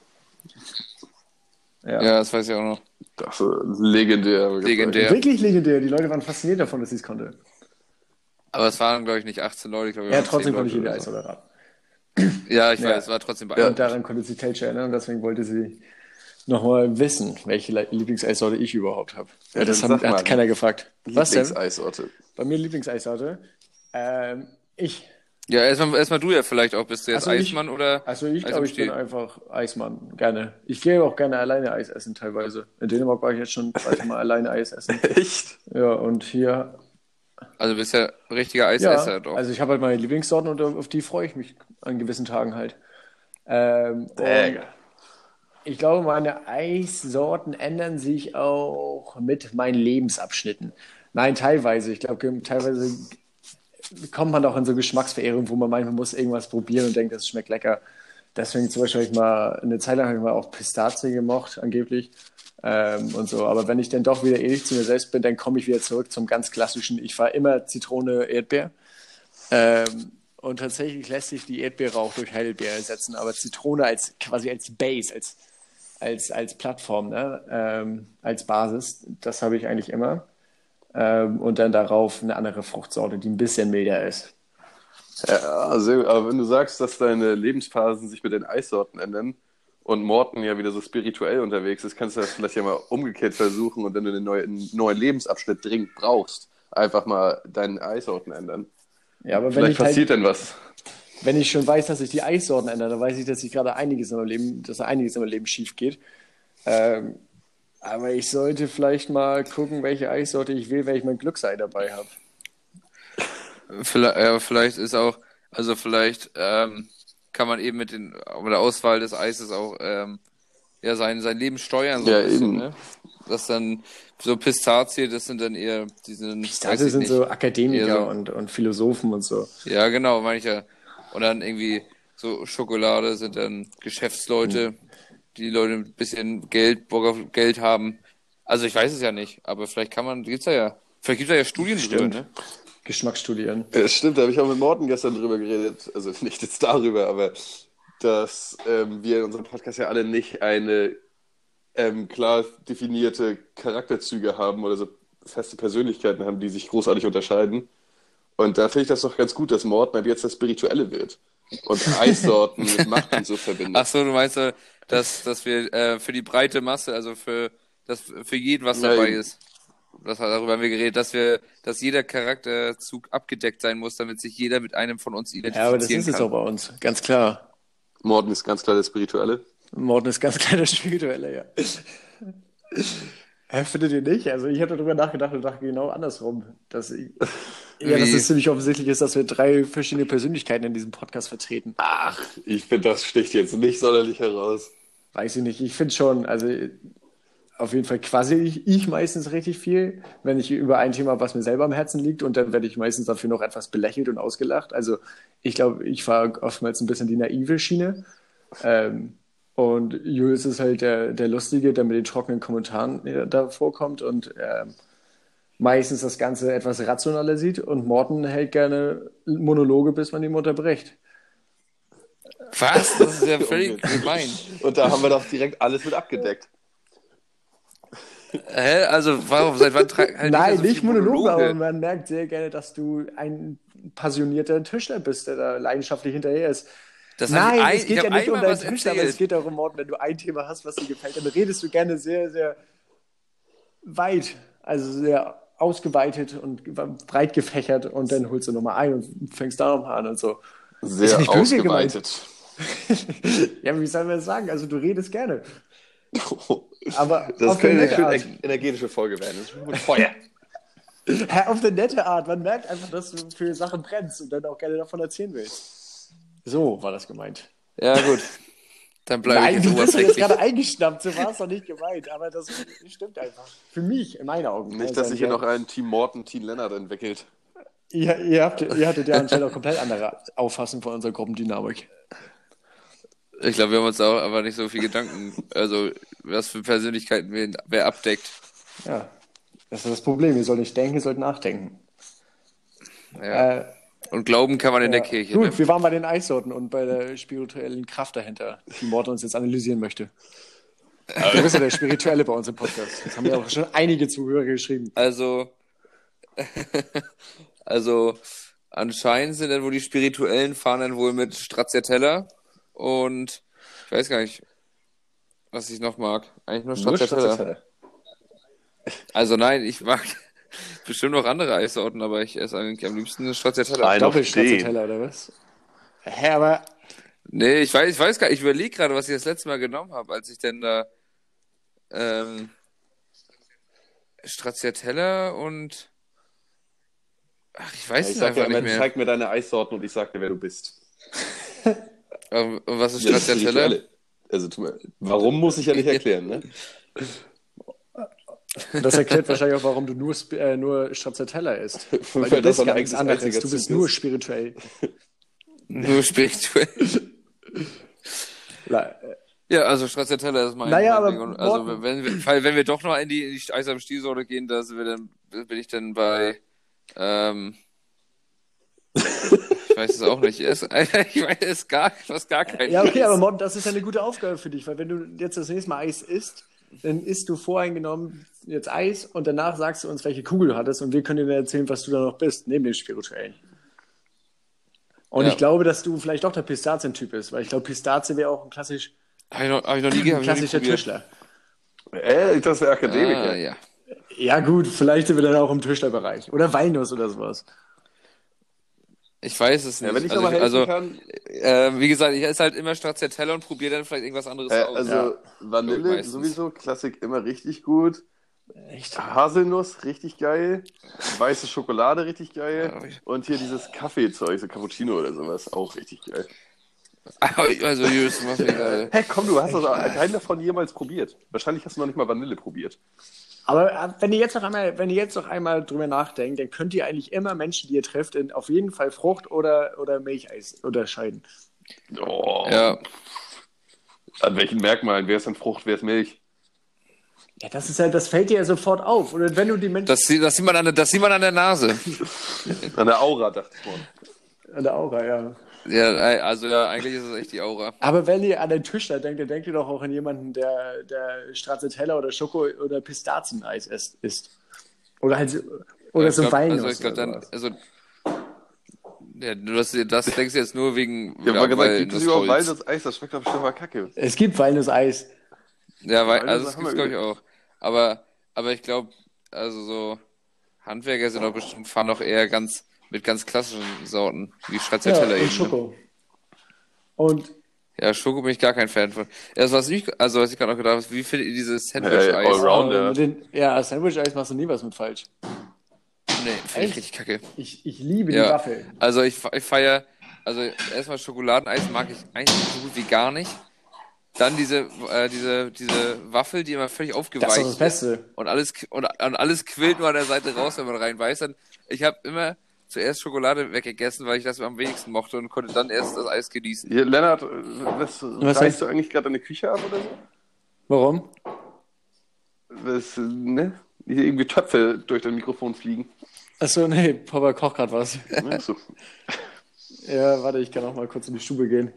[SPEAKER 1] Ja, das weiß ich auch noch.
[SPEAKER 3] Das ist legendär.
[SPEAKER 1] Legendär. Ja.
[SPEAKER 2] Wirklich legendär, die Leute waren fasziniert davon, dass ich es konnte.
[SPEAKER 1] Aber es waren, glaube ich, nicht 18 Leute, ich glaube, wir
[SPEAKER 2] Ja,
[SPEAKER 1] waren 10
[SPEAKER 2] trotzdem konnte ich
[SPEAKER 1] Leute
[SPEAKER 2] jede
[SPEAKER 1] oder so.
[SPEAKER 2] Eissorte erraten.
[SPEAKER 1] Ja, ich
[SPEAKER 2] Ja.
[SPEAKER 1] weiß, es war trotzdem
[SPEAKER 2] Und
[SPEAKER 1] beeindruckend.
[SPEAKER 2] daran konnte sich Teche erinnern und deswegen wollte sie nochmal wissen, welche Le- Lieblingseissorte ich überhaupt habe.
[SPEAKER 3] Ja,
[SPEAKER 2] Ja, das
[SPEAKER 3] dann
[SPEAKER 2] haben,
[SPEAKER 3] sag mal.
[SPEAKER 2] hat keiner gefragt. Was denn?
[SPEAKER 3] Lieblings-Eisorte.
[SPEAKER 2] Bei mir Lieblingseissorte? Ähm, ich.
[SPEAKER 1] Ja, erstmal erstmal du ja vielleicht auch. Bist du jetzt
[SPEAKER 2] Also ich-
[SPEAKER 1] Eismann oder
[SPEAKER 2] Also ich
[SPEAKER 1] Eis am
[SPEAKER 2] glaube, ich
[SPEAKER 1] Stiel?
[SPEAKER 2] bin einfach Eismann. Gerne. Ich gehe auch gerne alleine Eis essen teilweise. In Dänemark war ich jetzt schon zweimal alleine Eis essen.
[SPEAKER 3] Echt?
[SPEAKER 2] Ja, und hier.
[SPEAKER 1] Also bist ja ein richtiger
[SPEAKER 2] Ja,
[SPEAKER 1] Eisesser doch.
[SPEAKER 2] also ich habe halt meine Lieblingssorten und auf die freue ich mich an gewissen Tagen halt. Ähm, und
[SPEAKER 3] Digga.
[SPEAKER 2] Ich glaube, meine Eissorten ändern sich auch mit meinen Lebensabschnitten. Nein, teilweise. Ich glaube, teilweise kommt man auch in so Geschmacksverehrung, wo man meint, man muss irgendwas probieren und denkt, das schmeckt lecker. Deswegen zum Beispiel habe ich mal eine Zeit lang habe ich mal auch Pistazie gemocht, angeblich. Ähm, und so. Aber wenn ich dann doch wieder ehrlich zu mir selbst bin, dann komme ich wieder zurück zum ganz klassischen. Ich war immer Zitrone, Erdbeer. Ähm, und tatsächlich lässt sich die Erdbeere auch durch Heidelbeere ersetzen, aber Zitrone als quasi als Base, als, als, als Plattform, ne? ähm, als Basis, das habe ich eigentlich immer. Ähm, und dann darauf eine andere Fruchtsorte, die ein bisschen milder ist.
[SPEAKER 3] Ja, also, aber wenn du sagst, dass deine Lebensphasen sich mit den Eissorten ändern und Morten ja wieder so spirituell unterwegs ist, kannst du das vielleicht ja mal umgekehrt versuchen und wenn du einen neuen, neuen Lebensabschnitt dringend brauchst, einfach mal deinen Eissorten ändern.
[SPEAKER 2] Ja, aber wenn
[SPEAKER 3] Vielleicht
[SPEAKER 2] ich, halt,
[SPEAKER 3] passiert denn was.
[SPEAKER 2] wenn ich schon weiß, dass ich die Eissorten ändere, dann weiß ich, dass ich gerade einiges in meinem Leben, dass einiges in meinem Leben schief geht. Ähm, aber ich sollte vielleicht mal gucken, welche Eissorte ich will, wenn ich mein Glücksei dabei habe.
[SPEAKER 1] Vielleicht, äh, vielleicht ist auch, also vielleicht ähm, kann man eben mit, den, mit der Auswahl des Eises auch ähm, ja, sein, sein Leben steuern. So
[SPEAKER 3] Ja,
[SPEAKER 1] ein bisschen,
[SPEAKER 3] eben.
[SPEAKER 1] Ne? Das dann so Pistazie, das sind dann eher diese.
[SPEAKER 2] Das Also sind so Akademiker
[SPEAKER 1] Ja, so.
[SPEAKER 2] Und, und Philosophen und so.
[SPEAKER 1] Ja, genau, meine ich ja. Und dann irgendwie so Schokolade sind dann
[SPEAKER 2] Hm.
[SPEAKER 1] Geschäftsleute, die Leute mit ein bisschen Geld, Bock auf Geld haben. Also ich weiß es ja nicht, aber vielleicht kann man, gibt's da ja, vielleicht gibt's da ja Studien
[SPEAKER 2] Stimmt.
[SPEAKER 1] drüber, ne?
[SPEAKER 2] Geschmacksstudien.
[SPEAKER 3] Ja, stimmt, da habe ich auch mit Morten gestern drüber geredet. Also nicht jetzt darüber, aber dass ähm, wir in unserem Podcast ja alle nicht eine ähm, klar definierte Charakterzüge haben oder so feste Persönlichkeiten haben, die sich großartig unterscheiden. Und da finde ich das doch ganz gut, dass Morten ab jetzt das Spirituelle wird und Eissorten mit Macht und so verbindet.
[SPEAKER 1] Ach so, du meinst ja, dass, dass wir äh, für die breite Masse, also für, dass für jeden was
[SPEAKER 3] Ja,
[SPEAKER 1] dabei
[SPEAKER 3] eben.
[SPEAKER 1] ist. Das, darüber haben wir geredet, dass wir, dass jeder Charakterzug abgedeckt sein muss, damit sich jeder mit einem von uns
[SPEAKER 2] Ja, aber das
[SPEAKER 1] identifizieren
[SPEAKER 2] ist es
[SPEAKER 1] kann.
[SPEAKER 2] auch bei uns, ganz klar.
[SPEAKER 3] Morten ist ganz klar der Spirituelle.
[SPEAKER 2] Morden ist ganz klar das Spirituelle, ja. Hä, findet ihr nicht? Also ich hatte darüber nachgedacht und dachte genau andersrum. Dass ich, ja, dass
[SPEAKER 1] Wie?
[SPEAKER 2] es ziemlich offensichtlich ist, dass wir drei verschiedene Persönlichkeiten in diesem Podcast vertreten.
[SPEAKER 3] Ach, ich finde, das sticht jetzt nicht sonderlich heraus.
[SPEAKER 2] Weiß ich nicht. Ich finde schon, also auf jeden Fall quasi ich, ich meistens richtig viel, wenn ich über ein Thema, was mir selber am Herzen liegt, und dann werde ich meistens dafür noch etwas belächelt und ausgelacht. Also ich glaube, ich fahre oftmals ein bisschen die naive Schiene. Ähm, und Julius ist halt der, der Lustige, der mit den trockenen Kommentaren äh, da vorkommt und ähm, meistens das Ganze etwas rationaler sieht. Und Morten hält gerne Monologe, bis man ihm unterbricht.
[SPEAKER 1] Was? Das ist ja völlig gemein.
[SPEAKER 3] Und da haben wir doch direkt alles mit abgedeckt.
[SPEAKER 1] Hä? Also warum? Seit wann tra- halt
[SPEAKER 2] Nein,
[SPEAKER 1] so
[SPEAKER 2] nicht
[SPEAKER 1] viel
[SPEAKER 2] Monologe, aber man merkt sehr gerne, dass du ein passionierter Tischler bist, der da leidenschaftlich hinterher ist.
[SPEAKER 1] Das hab ich
[SPEAKER 2] Nein,
[SPEAKER 1] ein-
[SPEAKER 2] es geht
[SPEAKER 1] ich hab
[SPEAKER 2] ja nicht um
[SPEAKER 1] einmal
[SPEAKER 2] deinen
[SPEAKER 1] was
[SPEAKER 2] Tischler, aber
[SPEAKER 1] erzählt.
[SPEAKER 2] es geht darum, Morten, wenn du ein Thema hast, was dir gefällt, dann redest du gerne sehr, sehr weit, also sehr ausgeweitet und breit gefächert und dann holst du nochmal ein und fängst da nochmal an und so.
[SPEAKER 3] Sehr
[SPEAKER 2] nicht böse gemeint.
[SPEAKER 3] ausgeweitet.
[SPEAKER 2] ja, wie soll man das sagen? Also du redest gerne, aber
[SPEAKER 3] Das
[SPEAKER 2] auf eine
[SPEAKER 3] könnte eine
[SPEAKER 2] nette
[SPEAKER 3] schön
[SPEAKER 2] Art.
[SPEAKER 3] ener- energetische Folge werden. Das ist mit Feuer.
[SPEAKER 2] Hä, auf eine nette Art. Man merkt einfach, dass du für Sachen brennst und dann auch gerne davon erzählen willst. So war das gemeint.
[SPEAKER 1] Ja, gut. Dann bleibe
[SPEAKER 2] Nein,
[SPEAKER 1] ich jetzt
[SPEAKER 2] du bist mir jetzt
[SPEAKER 1] oberflächlich.
[SPEAKER 2] gerade eingeschnappt, so war es doch nicht gemeint, aber das stimmt einfach. Für mich, in meinen Augen.
[SPEAKER 3] Nicht,
[SPEAKER 2] Also,
[SPEAKER 3] dass sich hier
[SPEAKER 2] ja,
[SPEAKER 3] noch ein Team Morten, Team Lennart entwickelt.
[SPEAKER 2] Ihr, ihr, habt, ihr hattet ja anscheinend auch komplett andere Auffassung von unserer Gruppendynamik.
[SPEAKER 1] Ich glaube, wir haben uns auch aber nicht so viel Gedanken, also was für Persönlichkeiten wen, wer abdeckt.
[SPEAKER 2] Ja, das ist das Problem. Ihr sollt nicht denken, ihr sollt nachdenken.
[SPEAKER 1] Ja.
[SPEAKER 2] Äh,
[SPEAKER 1] Und glauben kann man in der
[SPEAKER 2] ja.
[SPEAKER 1] Kirche.
[SPEAKER 2] Gut,
[SPEAKER 1] ne?
[SPEAKER 2] wir waren bei den Eissorten und bei der spirituellen Kraft dahinter, die Morten uns jetzt analysieren möchte. Du bist ja der Spirituelle bei uns im Podcast. Das haben ja auch schon einige Zuhörer geschrieben.
[SPEAKER 1] Also, also anscheinend sind dann wohl die Spirituellen fahren dann wohl mit Stracciatella und ich weiß gar nicht, was ich noch mag. Eigentlich nur Stracciatella. Also nein, ich mag bestimmt noch andere Eissorten, aber ich esse eigentlich am liebsten eine Stracciatella.
[SPEAKER 3] Nein.
[SPEAKER 2] Doppelschnapsatella oder was? Hä, aber
[SPEAKER 1] Nee, ich weiß, ich weiß gar nicht, ich überlege gerade, was ich das letzte Mal genommen habe, als ich denn da ähm, Stracciatella und ach, ich weiß
[SPEAKER 3] Ich
[SPEAKER 1] es
[SPEAKER 3] sag dir
[SPEAKER 1] einfach
[SPEAKER 3] immer,
[SPEAKER 1] nicht mehr.
[SPEAKER 3] zeig mir deine Eissorten und ich sag dir, wer du bist.
[SPEAKER 1] Ähm, und was ist
[SPEAKER 3] Das ist
[SPEAKER 1] Stracciatella?
[SPEAKER 3] spirituelle. Also, tut mir- warum muss ich ja nicht erklären, ne?
[SPEAKER 2] Das erklärt wahrscheinlich auch, warum du nur, Sp- äh, nur Stracciatella isst. Weil
[SPEAKER 3] Weil
[SPEAKER 2] du
[SPEAKER 3] das
[SPEAKER 2] bist
[SPEAKER 3] dein
[SPEAKER 2] gar nichts
[SPEAKER 3] eigenes
[SPEAKER 2] anderes.
[SPEAKER 3] einziger
[SPEAKER 2] Du bist
[SPEAKER 3] Zug
[SPEAKER 2] nur
[SPEAKER 3] ist.
[SPEAKER 2] spirituell.
[SPEAKER 1] Nur spirituell.
[SPEAKER 2] La-
[SPEAKER 1] Ja, also Stracciatella ist mein. mein
[SPEAKER 2] Naja, aber
[SPEAKER 1] Ding. Und also
[SPEAKER 2] Morten-
[SPEAKER 1] wenn wir, weil wenn wir doch noch in die, in die Eis am Stielsorte gehen, da sind wir dann, bin ich dann bei. Ähm, ich weiß es auch nicht. Es, ich weiß es gar, fast gar kein.
[SPEAKER 2] Ja, okay,
[SPEAKER 1] Eis.
[SPEAKER 2] aber Morten, das ist ja eine gute Aufgabe für dich, weil wenn du jetzt das nächste Mal Eis isst, dann isst du voreingenommen jetzt Eis und danach sagst du uns, welche Kugel du hattest und wir können dir dann erzählen, was du da noch bist, neben dem Spirituellen. Und
[SPEAKER 1] Ja.
[SPEAKER 2] ich glaube, dass du vielleicht doch der Pistazien-Typ bist, weil ich glaube, Pistazie wäre auch ein, klassisch,
[SPEAKER 1] Hab ich noch, hab ich noch nie
[SPEAKER 2] ein
[SPEAKER 1] gehabt. hab ich noch nie
[SPEAKER 2] klassischer
[SPEAKER 1] probiert.
[SPEAKER 2] Tischler.
[SPEAKER 3] Äh, ich dachte, das wäre
[SPEAKER 1] Ah,
[SPEAKER 3] Akademiker.
[SPEAKER 1] ja.
[SPEAKER 2] Ja, gut, vielleicht sind wir dann auch im Tischlerbereich. Oder Walnuss oder sowas.
[SPEAKER 1] Ich weiß es nicht.
[SPEAKER 3] Ja, wenn ich
[SPEAKER 1] also,
[SPEAKER 3] aber helfen
[SPEAKER 1] also
[SPEAKER 3] kann,
[SPEAKER 1] ähm, wie gesagt, ich esse halt immer Stracciatella und probiere dann vielleicht irgendwas anderes
[SPEAKER 3] äh,
[SPEAKER 1] aus.
[SPEAKER 3] also
[SPEAKER 2] Ja.
[SPEAKER 3] Vanille
[SPEAKER 1] Meistens.
[SPEAKER 3] sowieso, Klassik immer richtig gut.
[SPEAKER 2] Echt?
[SPEAKER 3] Haselnuss richtig geil, weiße Schokolade richtig geil
[SPEAKER 1] Ja, ich-
[SPEAKER 3] und hier dieses Kaffeezeug, so Cappuccino oder sowas, auch richtig geil.
[SPEAKER 1] also Jus, mach mir gerade.
[SPEAKER 3] Hä, komm, du hast das keinen davon jemals probiert. Wahrscheinlich hast du noch nicht mal Vanille probiert.
[SPEAKER 2] Aber äh, wenn ihr jetzt noch einmal, wenn ihr jetzt noch einmal drüber nachdenkt, dann könnt ihr eigentlich immer Menschen, die ihr trefft, in auf jeden Fall Frucht oder, oder Milcheis unterscheiden.
[SPEAKER 3] Oh,
[SPEAKER 1] Ja,
[SPEAKER 3] An welchen Merkmalen? Wer ist denn Frucht, wer ist Milch?
[SPEAKER 2] Ja, das ist ja, das fällt dir ja sofort auf. Oder wenn du die Menschen
[SPEAKER 1] das, sieht- das, sieht man an, der- das sieht man an der Nase.
[SPEAKER 3] An der Aura, dachte ich vorhin.
[SPEAKER 2] an der Aura, ja.
[SPEAKER 1] Ja, also ja, eigentlich ist es echt die Aura.
[SPEAKER 2] Aber wenn ihr an den Tischler denkt, dann denkt ihr doch auch an jemanden, der, der Stracciatella oder Schoko oder Pistazieneis isst. isst. Oder halt so- oder
[SPEAKER 1] Ich
[SPEAKER 2] so
[SPEAKER 1] glaub,
[SPEAKER 2] Walnuss.
[SPEAKER 1] Also ich glaube
[SPEAKER 2] oder
[SPEAKER 1] dann,
[SPEAKER 2] sowas.
[SPEAKER 1] also ja, du hast, dir- das denkst du jetzt nur wegen.
[SPEAKER 3] Ich hab mal gesagt,
[SPEAKER 1] weil
[SPEAKER 3] gibt es
[SPEAKER 1] das
[SPEAKER 3] überhaupt
[SPEAKER 1] Holz.
[SPEAKER 3] Walnuss-Eis? Das schmeckt doch bestimmt mal kacke.
[SPEAKER 2] es gibt Walnuss-Eis.
[SPEAKER 1] Ja, weil,
[SPEAKER 3] Walnüsse
[SPEAKER 1] also das
[SPEAKER 3] haben
[SPEAKER 1] gibt's
[SPEAKER 3] wir
[SPEAKER 1] glaube ich auch. Aber, aber ich glaube, also so Handwerker sind auch bestimmt fahren auch eher ganz mit ganz klassischen Sorten, wie
[SPEAKER 2] Ja,
[SPEAKER 1] Stracciatella
[SPEAKER 2] und
[SPEAKER 1] eben. ne?
[SPEAKER 2] Schoko. Und
[SPEAKER 1] Ja, Schoko bin ich gar kein Fan von. Also was ich, also was ich gerade noch gedacht habe, wie findet ihr dieses
[SPEAKER 3] Hey,
[SPEAKER 1] Sandwich-Eis?
[SPEAKER 3] alright. Allrounder.
[SPEAKER 2] äh, mit den, ja, Sandwich-Eis machst du nie was mit falsch.
[SPEAKER 1] nee, finde ich
[SPEAKER 2] Echt?
[SPEAKER 1] richtig kacke.
[SPEAKER 2] Ich, ich liebe die
[SPEAKER 1] Ja,
[SPEAKER 2] Waffel.
[SPEAKER 1] also ich, fe- ich feiere, also erstmal Schokoladeneis mag ich eigentlich so gut wie gar nicht. Dann diese, äh, diese, diese Waffel, die immer völlig
[SPEAKER 2] Das ist das
[SPEAKER 1] aufgeweicht ist
[SPEAKER 2] Beste.
[SPEAKER 1] und alles, qu- und, und alles quillt nur an der Seite raus, wenn man rein weiß. Und ich habe immer zuerst Schokolade weggegessen, weil ich das am wenigsten mochte und konnte dann erst das Eis genießen.
[SPEAKER 3] Hier, Lennart, äh, was, was
[SPEAKER 2] heißt-
[SPEAKER 3] reißt du eigentlich gerade deine Küche ab oder so?
[SPEAKER 2] Warum?
[SPEAKER 3] Was, äh, ne? Hier irgendwie Töpfe durch dein Mikrofon fliegen.
[SPEAKER 2] Achso, nee, Papa kocht gerade was.
[SPEAKER 3] Ach so.
[SPEAKER 2] Ja, warte, ich kann auch mal kurz in die Stube gehen.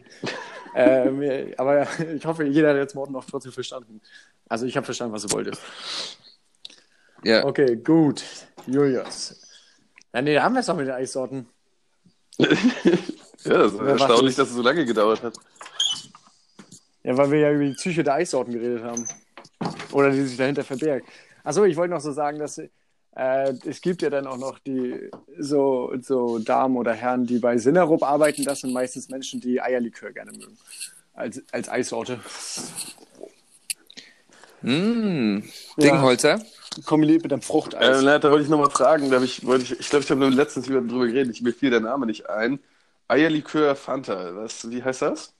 [SPEAKER 2] ähm, ja, aber ja, ich hoffe, jeder hat jetzt Morten auch trotzdem verstanden. Also ich habe verstanden, was du wolltest.
[SPEAKER 1] Ja,
[SPEAKER 2] Okay, gut. Julius. Ja, nee, da haben wir es doch mit den Eissorten.
[SPEAKER 3] Ja, das ist
[SPEAKER 2] Wer macht
[SPEAKER 3] erstaunlich,
[SPEAKER 2] das?
[SPEAKER 3] dass es so lange gedauert hat.
[SPEAKER 2] Ja, weil wir ja über die Psyche der Eissorten geredet haben. Oder die sich dahinter verbergt. Achso, ich wollte noch so sagen, dass äh, es gibt ja dann auch noch die so, so Damen oder Herren, die bei Sinnerup arbeiten. Das sind meistens Menschen, die Eierlikör gerne mögen. Als, als Eissorte.
[SPEAKER 1] mm, Dingholzer.
[SPEAKER 2] Kombiniert mit einem
[SPEAKER 3] Ähm,
[SPEAKER 2] Fruchteis.
[SPEAKER 3] Lennart, da wollte ich nochmal fragen. Da hab ich glaube, ich, ich, glaub, ich habe letztens über- drüber geredet. Ich, mir fiel der Name nicht ein. Eierlikör Fanta. Was, wie heißt das?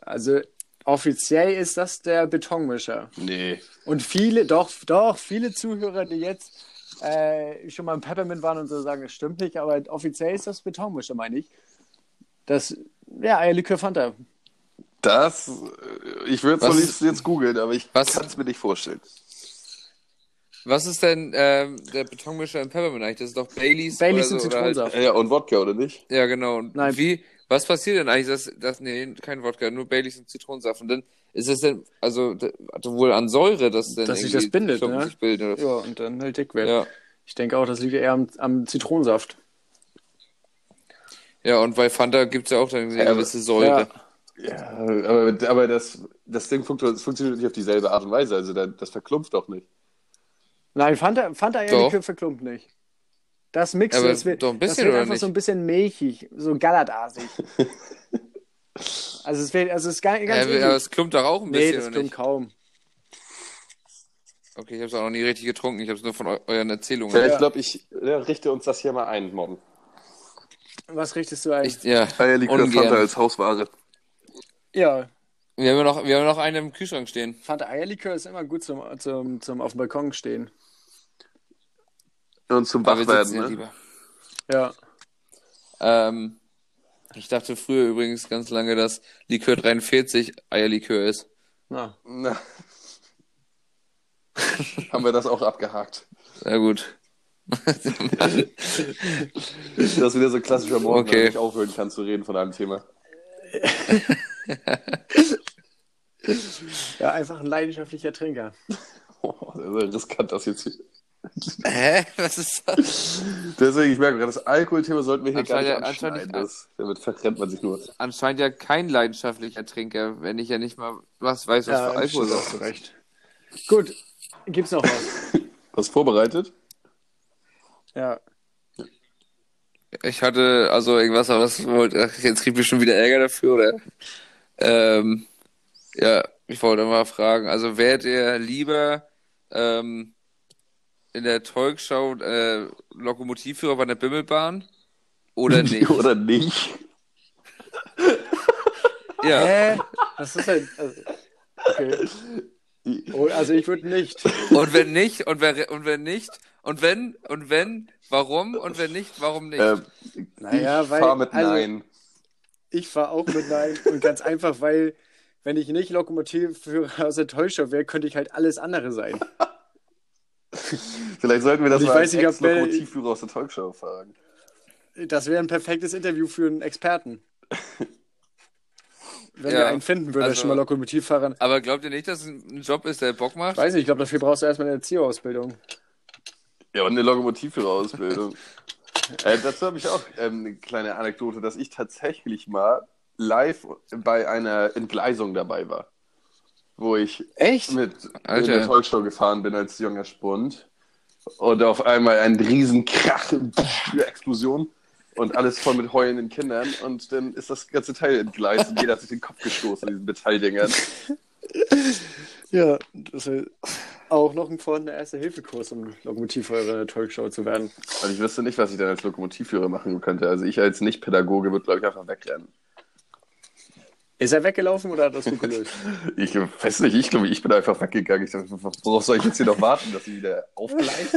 [SPEAKER 2] Also offiziell ist das der Betonmischer.
[SPEAKER 3] Nee.
[SPEAKER 2] Und viele, doch, doch, viele Zuhörer, die jetzt äh, schon mal im Peppermint waren und so sagen, das stimmt nicht, aber offiziell ist das Betonmischer, meine ich. Das, ja, Eierlikör Fanta.
[SPEAKER 3] Das, äh, ich würde es
[SPEAKER 1] Was-
[SPEAKER 3] am liebsten jetzt googeln, aber ich kann
[SPEAKER 1] Was-
[SPEAKER 3] es mir nicht vorstellen.
[SPEAKER 1] Was ist denn ähm, der Betonmischer im Peppermint eigentlich? Das ist doch Baileys.
[SPEAKER 2] Baileys
[SPEAKER 1] oder
[SPEAKER 2] und
[SPEAKER 1] so, oder halt
[SPEAKER 2] Zitronensaft.
[SPEAKER 3] Äh, Ja, und Wodka, oder nicht?
[SPEAKER 1] Ja, genau. Und
[SPEAKER 2] Nein.
[SPEAKER 1] wie, was passiert denn eigentlich, dass, dass nee, kein Wodka, nur Baileys und Zitronensaft. Und dann ist es denn, also d- wohl an Säure, dass denn
[SPEAKER 2] Dass sich
[SPEAKER 1] irgendwie
[SPEAKER 2] das bindet,
[SPEAKER 1] Klumpen
[SPEAKER 2] ne?
[SPEAKER 1] sich bilden oder
[SPEAKER 2] Ja, und dann halt dick wird.
[SPEAKER 1] ja.
[SPEAKER 2] Ich denke auch, das liegt eher am, am Zitronensaft.
[SPEAKER 1] ja, und bei Fanta gibt es ja auch dann eine
[SPEAKER 3] Ja,
[SPEAKER 1] gewisse Säure.
[SPEAKER 3] Ja, Äh, aber, aber das, das Ding funktio- funktioniert nicht auf dieselbe Art und Weise. Also da- das verklumpft doch nicht.
[SPEAKER 2] Nein, Fanta, Fanta
[SPEAKER 1] Doch.
[SPEAKER 2] Eierlikör verklumpt nicht. Das mixt
[SPEAKER 1] Aber
[SPEAKER 2] das wird,
[SPEAKER 1] doch ein
[SPEAKER 2] das
[SPEAKER 1] bisschen,
[SPEAKER 2] wird
[SPEAKER 1] oder
[SPEAKER 2] einfach so
[SPEAKER 1] nicht?
[SPEAKER 2] ein bisschen milchig, so galatasig. also es wird, also es ist gar,
[SPEAKER 1] Ja,
[SPEAKER 2] ganz
[SPEAKER 1] aber
[SPEAKER 2] eklig.
[SPEAKER 1] aber es klumpt doch auch ein
[SPEAKER 2] Nee,
[SPEAKER 1] bisschen.
[SPEAKER 2] das
[SPEAKER 1] oder
[SPEAKER 2] klumpt
[SPEAKER 1] nicht?
[SPEAKER 2] kaum.
[SPEAKER 1] Okay, ich habe es auch noch nie richtig getrunken. Ich habe es nur von eu euren Erzählungen.
[SPEAKER 3] Ja, Ich glaube, ich ja, richte uns das hier mal ein, morgen.
[SPEAKER 2] Was richtest du ein?
[SPEAKER 3] Ah,
[SPEAKER 1] Ich, ja,
[SPEAKER 3] Eierlikör
[SPEAKER 1] ungern.
[SPEAKER 3] Hausware.
[SPEAKER 2] ja,
[SPEAKER 1] Wir haben ja noch, wir haben ja noch eine im Kühlschrank stehen.
[SPEAKER 2] Fanta Eierlikör ist immer gut zum, zum, zum auf dem Balkon stehen.
[SPEAKER 3] Und zum
[SPEAKER 1] Aber wir
[SPEAKER 3] Wachwerden,
[SPEAKER 1] sitzen ja
[SPEAKER 3] ne?
[SPEAKER 1] lieber.
[SPEAKER 2] Ja.
[SPEAKER 1] Ähm, ich dachte früher übrigens ganz lange, dass Likör 43 Eierlikör ist.
[SPEAKER 2] Na.
[SPEAKER 3] Na. ne? Haben wir das auch abgehakt.
[SPEAKER 1] Na gut.
[SPEAKER 3] Das ist wieder so ein klassischer Morgen,
[SPEAKER 1] Okay.
[SPEAKER 3] wenn man nicht aufhören kann zu reden von einem Thema.
[SPEAKER 2] Ja, einfach ein leidenschaftlicher Trinker.
[SPEAKER 3] Oh, das ist ja riskant, das jetzt hier.
[SPEAKER 1] Hä? Was ist das?
[SPEAKER 3] Deswegen, ich merke gerade, das Alkoholthema sollten wir hier gar nicht
[SPEAKER 1] Anscheinend-
[SPEAKER 3] anschneiden.
[SPEAKER 1] anscheinend-
[SPEAKER 3] Das, damit verrennt man sich nur.
[SPEAKER 1] Anscheinend ja kein leidenschaftlicher Trinker, wenn ich ja nicht mal was weiß, was für Alkohol
[SPEAKER 2] stimmt,
[SPEAKER 1] das
[SPEAKER 2] hast du recht. Gut, gibt's noch was?
[SPEAKER 3] Was vorbereitet?
[SPEAKER 2] ja.
[SPEAKER 1] Ich hatte, also irgendwas, aber das wollte, ach, jetzt kriegt ihr schon wieder Ärger dafür, oder? Ähm, ja, ich wollte mal fragen, also wärt ihr lieber ähm, in der Talkshow äh, Lokomotivführer bei der Bimmelbahn oder nicht?
[SPEAKER 3] Oder nicht?
[SPEAKER 1] ja,
[SPEAKER 2] Hä? Äh, Was ist denn? Also, okay. Oh, also ich würde nicht.
[SPEAKER 1] und wenn nicht, und wenn, und wenn nicht, und wenn, und wenn, warum, und wenn nicht, warum nicht?
[SPEAKER 3] Ähm,
[SPEAKER 2] Naja,
[SPEAKER 3] ich
[SPEAKER 2] weil-
[SPEAKER 3] fahr mit
[SPEAKER 2] also-
[SPEAKER 3] Nein.
[SPEAKER 2] Ich fahre auch mit Nein. Und ganz einfach, weil, wenn ich nicht Lokomotivführer aus der Täuschung wäre, könnte ich halt alles andere sein.
[SPEAKER 3] Vielleicht sollten wir das
[SPEAKER 2] Ich
[SPEAKER 3] mal
[SPEAKER 2] weiß nicht, ob
[SPEAKER 3] als
[SPEAKER 2] wer-
[SPEAKER 3] Lokomotivführer aus der Talkshow fragen.
[SPEAKER 2] Das wäre ein perfektes Interview für einen Experten. Wenn
[SPEAKER 1] Ja,
[SPEAKER 2] wir einen finden würde, der
[SPEAKER 1] also-
[SPEAKER 2] schon mal Lokomotivfahrer.
[SPEAKER 1] Aber glaubt ihr nicht, dass es ein Job ist, der Bock macht?
[SPEAKER 2] Ich weiß nicht, ich glaube, dafür brauchst du erstmal eine Erzieherausbildung.
[SPEAKER 3] Ja, und eine Lokomotivführerausbildung. äh, dazu habe ich auch ähm, eine kleine Anekdote, dass ich tatsächlich mal live bei einer Entgleisung dabei war. Wo ich
[SPEAKER 2] Echt?
[SPEAKER 3] mit in
[SPEAKER 1] Alter.
[SPEAKER 3] der Talkshow gefahren bin als junger Spund. Und auf einmal ein Riesenkrach, Explosion und alles voll mit heulenden Kindern. Und dann ist das ganze Teil entgleist und jeder hat sich den Kopf gestoßen, diesen Metalldingern.
[SPEAKER 2] Ja, das ist auch noch ein vorhandener Erste-Hilfe-Kurs, um Lokomotivfahrer in der Talkshow zu werden.
[SPEAKER 3] Also ich wüsste nicht, was ich dann als Lokomotivführer machen könnte. Also ich als Nicht-Pädagoge würde, glaube ich, einfach wegrennen.
[SPEAKER 2] Ist er weggelaufen oder hat das gut gelöst?
[SPEAKER 3] Ich weiß nicht, ich glaube, ich bin einfach weggegangen. Ich dachte, worauf soll ich jetzt hier noch warten, dass sie wieder aufgleist?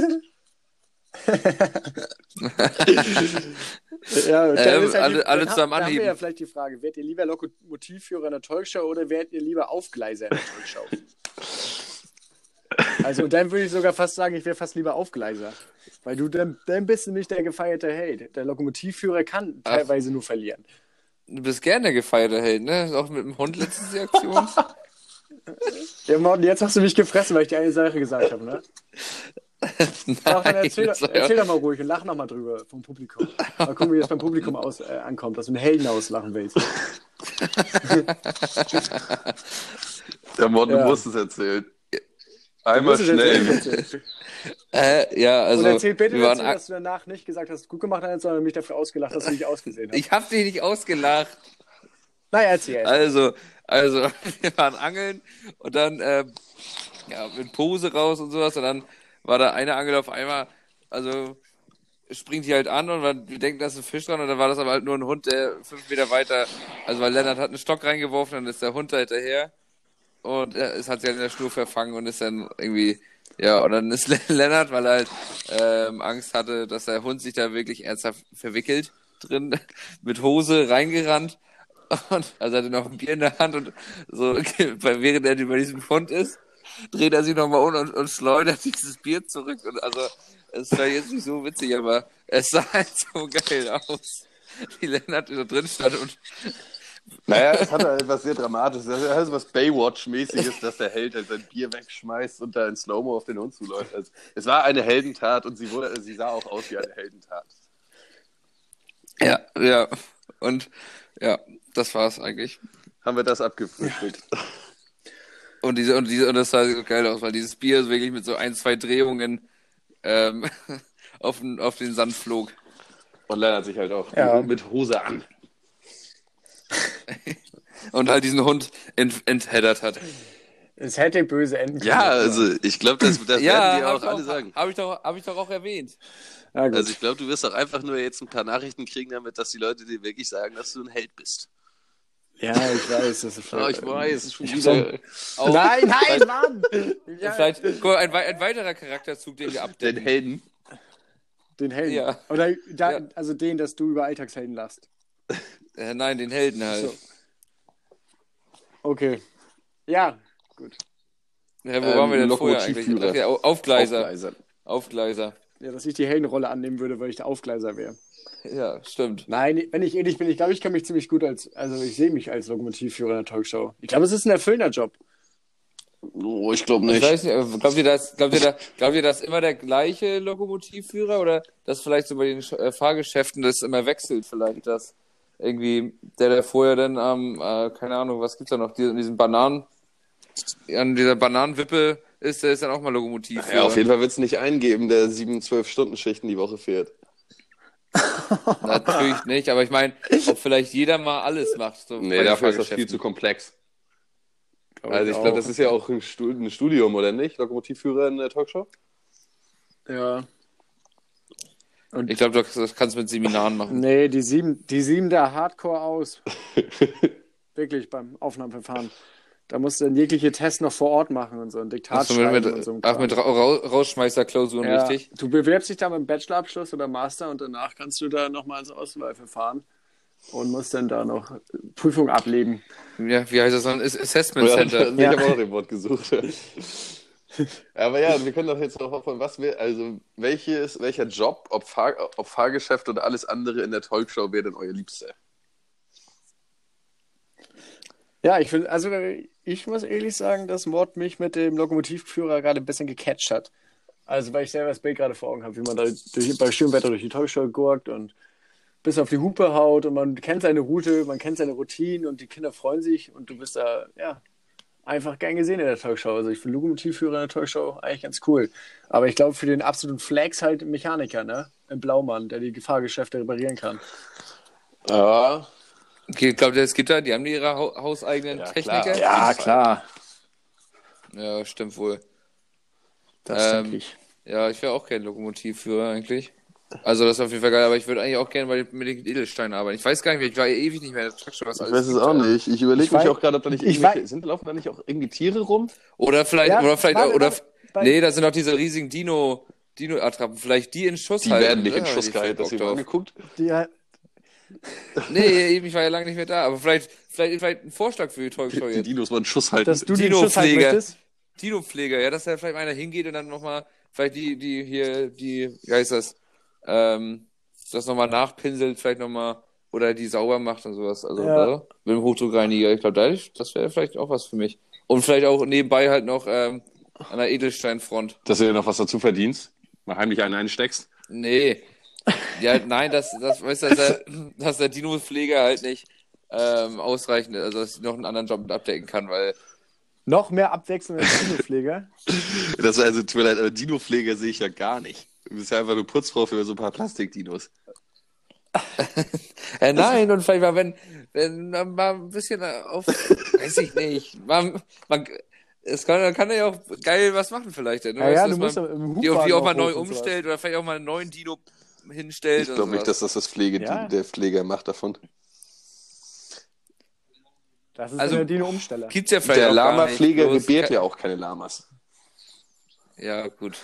[SPEAKER 2] ja, dann
[SPEAKER 1] Ähm,
[SPEAKER 2] ist ja
[SPEAKER 1] alle- alle zusammen
[SPEAKER 2] die, dann ha- dann haben wir
[SPEAKER 1] anheben.
[SPEAKER 2] ja vielleicht die Frage, werdet ihr lieber Lokomotivführer in der Talkshow oder werdet ihr lieber Aufgleiser in der Talkshow? also, und dann würde ich sogar fast sagen, ich wäre fast lieber Aufgleiser. Weil du, dann, dann bist du nicht der gefeierte Held. Der Lokomotivführer kann
[SPEAKER 1] Ach.
[SPEAKER 2] teilweise nur verlieren.
[SPEAKER 1] Du bist gerne gefeierter Held, ne? Auch mit dem Hund letztens die Aktion.
[SPEAKER 2] Ja, Morten, jetzt hast du mich gefressen, weil ich dir eine Sache gesagt habe, ne? Doch, dann
[SPEAKER 1] Nein,
[SPEAKER 2] erzähl,
[SPEAKER 1] das
[SPEAKER 2] doch,
[SPEAKER 1] war ja-
[SPEAKER 2] erzähl doch mal ruhig und lach noch mal drüber vom Publikum. Mal gucken, wie das beim Publikum aus, äh, ankommt, dass du einen Helden auslachen willst.
[SPEAKER 3] Der Morten,
[SPEAKER 2] Ja.
[SPEAKER 3] du musst es erzählen. Einmal
[SPEAKER 2] Musst du das
[SPEAKER 3] schnell.
[SPEAKER 2] jetzt erzählen?
[SPEAKER 1] Äh, ja, also
[SPEAKER 2] Und erzähl bitte
[SPEAKER 1] wir waren
[SPEAKER 2] dazu,
[SPEAKER 1] ak-
[SPEAKER 2] dass du danach nicht gesagt hast, gut gemacht hast, sondern mich dafür ausgelacht hast, dass du dich ausgesehen hast.
[SPEAKER 1] ich hab dich nicht ausgelacht.
[SPEAKER 2] Naja, erzähl.
[SPEAKER 1] Also, also wir waren angeln und dann ähm, ja, mit Pose raus und sowas und dann war da eine Angel auf einmal, also springt die halt an und man, wir denken, da ist ein Fisch dran und dann war das aber halt nur ein Hund, der fünf Meter weiter, also weil Lennart hat einen Stock reingeworfen, dann ist der Hund da hinterher und äh, es hat sich halt in der Schnur verfangen und ist dann irgendwie, ja, und dann ist Lennart, weil er halt ähm, Angst hatte, dass der Hund sich da wirklich ernsthaft verwickelt drin, mit Hose reingerannt und also hatte noch ein Bier in der Hand und so, weil während er über diesem Fund ist, dreht er sich nochmal um und, und schleudert dieses Bier zurück. Und also, es war jetzt nicht so witzig, aber es sah halt so geil aus, wie Lennart da drin stand und
[SPEAKER 3] Naja, es hat halt etwas sehr Dramatisches. Das hat was Baywatch-mäßiges, dass der Held halt sein Bier wegschmeißt und da in Slow-Mo auf den Hund zuläuft. Also, es war eine Heldentat und sie, wurde, also sie sah auch aus wie eine Heldentat.
[SPEAKER 1] ja, ja, und ja, das war's eigentlich.
[SPEAKER 3] Haben wir das abgefrühstückt.
[SPEAKER 1] Und diese, und diese, und das sah so geil aus, weil dieses Bier so wirklich mit so ein, zwei Drehungen ähm, auf, den, auf den Sand flog.
[SPEAKER 3] Und Lennart sich halt auch
[SPEAKER 2] Ja.
[SPEAKER 3] mit Hose an.
[SPEAKER 1] Und halt diesen Hund ent, entheddert hat.
[SPEAKER 2] Es hätte böse enden können.
[SPEAKER 1] also-
[SPEAKER 3] also ich glaube, das, das
[SPEAKER 1] hab ich doch- Hab ich, doch, hab ich doch auch erwähnt.
[SPEAKER 2] Na gut.
[SPEAKER 3] Also
[SPEAKER 1] also
[SPEAKER 3] ich glaube, du wirst auch einfach nur jetzt ein paar Nachrichten kriegen damit, dass die Leute dir wirklich sagen, dass du ein Held bist.
[SPEAKER 2] Ja, ich weiß, das ist
[SPEAKER 3] Ah, ich weiß, schon
[SPEAKER 2] Ich
[SPEAKER 3] wieder. Auch
[SPEAKER 2] Nein, nein, Mann!
[SPEAKER 1] Und
[SPEAKER 2] Ja,
[SPEAKER 1] Vielleicht guck mal, ein, wei- ein weiterer Charakterzug, den wir
[SPEAKER 3] den
[SPEAKER 1] abdecken.
[SPEAKER 3] Helden.
[SPEAKER 2] Den Helden.
[SPEAKER 1] Ja.
[SPEAKER 2] Oder da,
[SPEAKER 1] Ja.
[SPEAKER 2] also den, dass du über Alltagshelden lachst.
[SPEAKER 1] Äh, nein, den Helden halt.
[SPEAKER 2] So. Okay. Ja, gut.
[SPEAKER 1] Ja, wo
[SPEAKER 3] Ähm,
[SPEAKER 1] waren wir denn vorher eigentlich?
[SPEAKER 3] Lokomotivführer.
[SPEAKER 1] Ach ja, Au- Aufgleiser. Aufgleiser.
[SPEAKER 3] Aufgleiser.
[SPEAKER 2] Ja, dass ich die Heldenrolle annehmen würde, weil ich der Aufgleiser wäre.
[SPEAKER 1] Ja, stimmt.
[SPEAKER 2] Nein, wenn ich ehrlich bin, ich glaube, ich kann mich ziemlich gut als, also ich sehe mich als Lokomotivführer in der Talkshow. Ich glaube, es ist ein erfüllender Job.
[SPEAKER 3] Oh, ich glaube
[SPEAKER 1] Ich
[SPEAKER 3] nicht.
[SPEAKER 1] weiß nicht, aber glaubt ihr, dass, glaubt, ihr da, glaubt ihr, dass immer der gleiche Lokomotivführer oder dass vielleicht so bei den Sch- äh, Fahrgeschäften das immer wechselt? Vielleicht, dass irgendwie der, der vorher dann am, äh, keine Ahnung, was gibt's da noch, diesen, diesen Bananen, an dieser Bananenwippe ist, der ist dann auch mal Lokomotivführer.
[SPEAKER 3] ja, auf jeden Fall wird es nicht eingeben, der sieben, zwölf Stunden Schichten die Woche fährt.
[SPEAKER 1] Natürlich nicht, aber ich meine, ob vielleicht jeder mal alles macht. So bei
[SPEAKER 3] Nee,
[SPEAKER 1] den
[SPEAKER 3] dafür ist das
[SPEAKER 1] Fahrgeschäften.
[SPEAKER 3] viel zu komplex. Also ich glaube, das ist ja auch ein, Stu- ein Studium, oder nicht? Lokomotivführer in der Talkshow?
[SPEAKER 2] Ja.
[SPEAKER 1] Ich glaube, das, das kannst du mit Seminaren machen.
[SPEAKER 2] Nee, die sieben, die sieben da hardcore aus. Wirklich beim Aufnahmeverfahren. Da musst du dann jegliche Tests noch vor Ort machen und so ein Diktat
[SPEAKER 1] Ach, so,
[SPEAKER 2] schreiben
[SPEAKER 1] mit,
[SPEAKER 2] und
[SPEAKER 1] mit,
[SPEAKER 2] so. ein
[SPEAKER 1] ach,
[SPEAKER 2] Kram.
[SPEAKER 1] mit Ra Ra Rausschmeißerklausuren,
[SPEAKER 2] ja,
[SPEAKER 1] richtig?
[SPEAKER 2] Du bewirbst dich da mit dem Bachelorabschluss oder Master und danach kannst du da nochmal ins Auswahlverfahren und musst dann da noch Prüfung ablegen.
[SPEAKER 1] Ja, wie heißt das dann? Ass- Assessment
[SPEAKER 3] Ja,
[SPEAKER 1] Center.
[SPEAKER 3] Ich habe auch den Wort gesucht. Aber ja, wir können doch jetzt noch hoffen, was wir, also welches, welcher Job, ob, Fahr, ob Fahrgeschäft oder alles andere in der Talkshow wäre denn euer Liebster?
[SPEAKER 2] Ja, ich finde, also ich muss ehrlich sagen, dass Mord mich mit dem Lokomotivführer gerade ein bisschen gecatcht hat. Also, weil ich selber das Bild gerade vor Augen habe, wie man da durch, bei schönem Wetter durch die Talkshow gurkt und bis auf die Hupe haut und man kennt seine Route, man kennt seine Routinen und die Kinder freuen sich und du bist da, ja, einfach gern gesehen in der Talkshow. Also, ich finde Lokomotivführer in der Talkshow eigentlich ganz cool. Aber ich glaube, für den absoluten Flex halt ein Mechaniker, ne? Ein Blaumann, der die Gefahrgeschäfte reparieren kann.
[SPEAKER 3] Ja,
[SPEAKER 1] Ich glaube, es gibt da, die haben ihre hau hauseigenen
[SPEAKER 3] Ja, klar.
[SPEAKER 1] Techniker.
[SPEAKER 3] Ja.
[SPEAKER 2] klar.
[SPEAKER 1] Ja, stimmt wohl.
[SPEAKER 2] Das
[SPEAKER 1] Ähm,
[SPEAKER 2] denke ich.
[SPEAKER 1] Ja, ich wäre auch kein Lokomotivführer eigentlich. Also das ist auf jeden Fall geil, aber ich würde eigentlich auch gerne bei den, mit den Edelsteinen arbeiten. Ich weiß gar nicht mehr, ich war ewig nicht mehr in der Truckshow, was
[SPEAKER 3] ich
[SPEAKER 1] alles
[SPEAKER 3] weiß es
[SPEAKER 1] gibt.
[SPEAKER 3] auch nicht. Ich überlege
[SPEAKER 2] Ich
[SPEAKER 3] mich
[SPEAKER 2] weiß-
[SPEAKER 3] auch gerade, ob da nicht
[SPEAKER 2] ich
[SPEAKER 3] irgendwelche,
[SPEAKER 2] weiß-
[SPEAKER 3] sind, laufen da nicht auch irgendwie Tiere rum?
[SPEAKER 1] Oder vielleicht,
[SPEAKER 2] Ja,
[SPEAKER 1] oder vielleicht,
[SPEAKER 2] warte,
[SPEAKER 1] oder,
[SPEAKER 2] warte, bei-
[SPEAKER 1] nee, da sind auch diese riesigen Dino, Dino-Attrappen. Vielleicht die in Schuss
[SPEAKER 3] Halt, Die
[SPEAKER 1] halten.
[SPEAKER 3] werden nicht in
[SPEAKER 1] ne? Hätte
[SPEAKER 3] Schuss
[SPEAKER 1] ich
[SPEAKER 3] gehalten, das
[SPEAKER 1] Bock
[SPEAKER 3] haben wir
[SPEAKER 1] drauf.
[SPEAKER 3] angeguckt.
[SPEAKER 2] Die,
[SPEAKER 1] Nee, eben, ich war ja lange nicht mehr da, aber vielleicht, vielleicht, vielleicht ein Vorschlag für die Talkshow
[SPEAKER 3] Die
[SPEAKER 1] jetzt.
[SPEAKER 3] Dinos wollen Schuss halten.
[SPEAKER 2] dass du den
[SPEAKER 1] Dino
[SPEAKER 2] Schuss halten
[SPEAKER 1] Pflege.
[SPEAKER 2] möchtest.
[SPEAKER 1] Dino-Pfleger, ja, dass da vielleicht einer hingeht und dann nochmal, vielleicht die, die hier, die, wie heißt das, ähm, das nochmal nachpinselt, vielleicht nochmal, oder die sauber macht und sowas, also,
[SPEAKER 2] Ja.
[SPEAKER 1] ne? mit dem Hochdruckreiniger, ich glaube, das, das wäre vielleicht auch was für mich. Und vielleicht auch nebenbei halt noch, ähm, an der Edelsteinfront.
[SPEAKER 3] Dass du dir noch was dazu verdienst, mal heimlich einen einsteckst.
[SPEAKER 1] Nee. Ja, nein, das, das, weißt du, dass der, dass der Dino-Pfleger halt nicht, ähm, ausreichend, ist, also, dass ich noch einen anderen Job mit abdecken kann, weil,
[SPEAKER 2] Noch mehr abwechselnd als Kinopfleger.
[SPEAKER 3] Das war also, tut mir leid, aber Dino-Pfleger sehe ich ja gar nicht. Du bist ja einfach nur Putzfrau für so ein paar Plastikdinos.
[SPEAKER 1] Äh, nein, und vielleicht mal, wenn, wenn man mal ein bisschen äh, auf, weiß ich nicht, man, man, es kann, man kann ja auch geil was machen vielleicht. Ne?
[SPEAKER 2] Ja, ja,
[SPEAKER 1] Weißt
[SPEAKER 2] du musst
[SPEAKER 1] dass
[SPEAKER 2] im
[SPEAKER 1] man, die, auch- die
[SPEAKER 2] Hubwagen
[SPEAKER 1] auch mal
[SPEAKER 2] noch
[SPEAKER 1] neu
[SPEAKER 2] hoch und sowas.
[SPEAKER 1] umstellt oder vielleicht auch mal einen neuen Dino hinstellt.
[SPEAKER 3] Ich
[SPEAKER 1] und
[SPEAKER 3] glaube nicht,
[SPEAKER 1] sowas.
[SPEAKER 3] dass das das Pflege,
[SPEAKER 2] Ja.
[SPEAKER 3] der Pfleger macht davon.
[SPEAKER 2] Das ist
[SPEAKER 1] Also-
[SPEAKER 2] also, der Dino-Umsteller.
[SPEAKER 1] Gibt's ja vielleicht
[SPEAKER 3] Der
[SPEAKER 1] auch gar nicht,
[SPEAKER 3] Lama-Pfleger
[SPEAKER 1] bloß-
[SPEAKER 3] gebärt ja auch keine Lamas.
[SPEAKER 1] Ja, gut.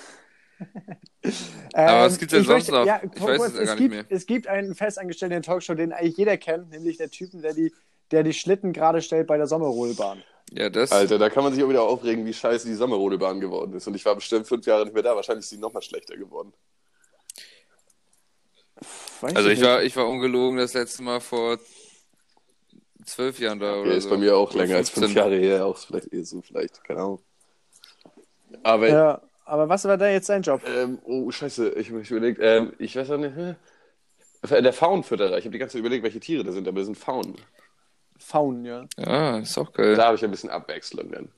[SPEAKER 2] Ähm,
[SPEAKER 1] was gibt's denn sonst
[SPEAKER 2] ich möchte-
[SPEAKER 1] noch?
[SPEAKER 2] Ja,
[SPEAKER 1] Ich
[SPEAKER 2] kurz,
[SPEAKER 1] weiß es ja
[SPEAKER 2] es
[SPEAKER 1] gar nicht
[SPEAKER 2] gibt,
[SPEAKER 1] mehr.
[SPEAKER 2] Es gibt einen festangestellten in der Talkshow, den eigentlich jeder kennt, nämlich der Typen, der die, der die Schlitten gerade stellt bei der Sommerrodelbahn.
[SPEAKER 1] Ja, das.
[SPEAKER 3] Alter, da kann man sich auch wieder aufregen, wie scheiße die Sommerrodelbahn geworden ist. Und ich war bestimmt fünf Jahre nicht mehr da. Wahrscheinlich ist die nochmal schlechter geworden.
[SPEAKER 2] Weiß
[SPEAKER 1] also ich
[SPEAKER 2] nicht.
[SPEAKER 1] war, ich war ungelogen das letzte Mal vor zwölf Jahren da
[SPEAKER 3] Der
[SPEAKER 1] oder
[SPEAKER 3] ist
[SPEAKER 1] so.
[SPEAKER 3] bei mir auch
[SPEAKER 1] Oder
[SPEAKER 3] länger als fünf
[SPEAKER 1] 15.
[SPEAKER 3] Jahre her. Auch vielleicht eher so, vielleicht, keine Ahnung. Aber,
[SPEAKER 2] Ja, aber was war da jetzt sein Job?
[SPEAKER 3] ähm, oh, scheiße, ich habe mich überlegt, ähm, ich weiß auch nicht, hä? Also, äh, der Faunfütterer. Ich habe die ganze Zeit überlegt, welche Tiere da sind, aber das sind Faunen.
[SPEAKER 2] Faun, ja.
[SPEAKER 1] Ja, ist auch geil.
[SPEAKER 3] Da habe ich ein bisschen Abwechslung dann.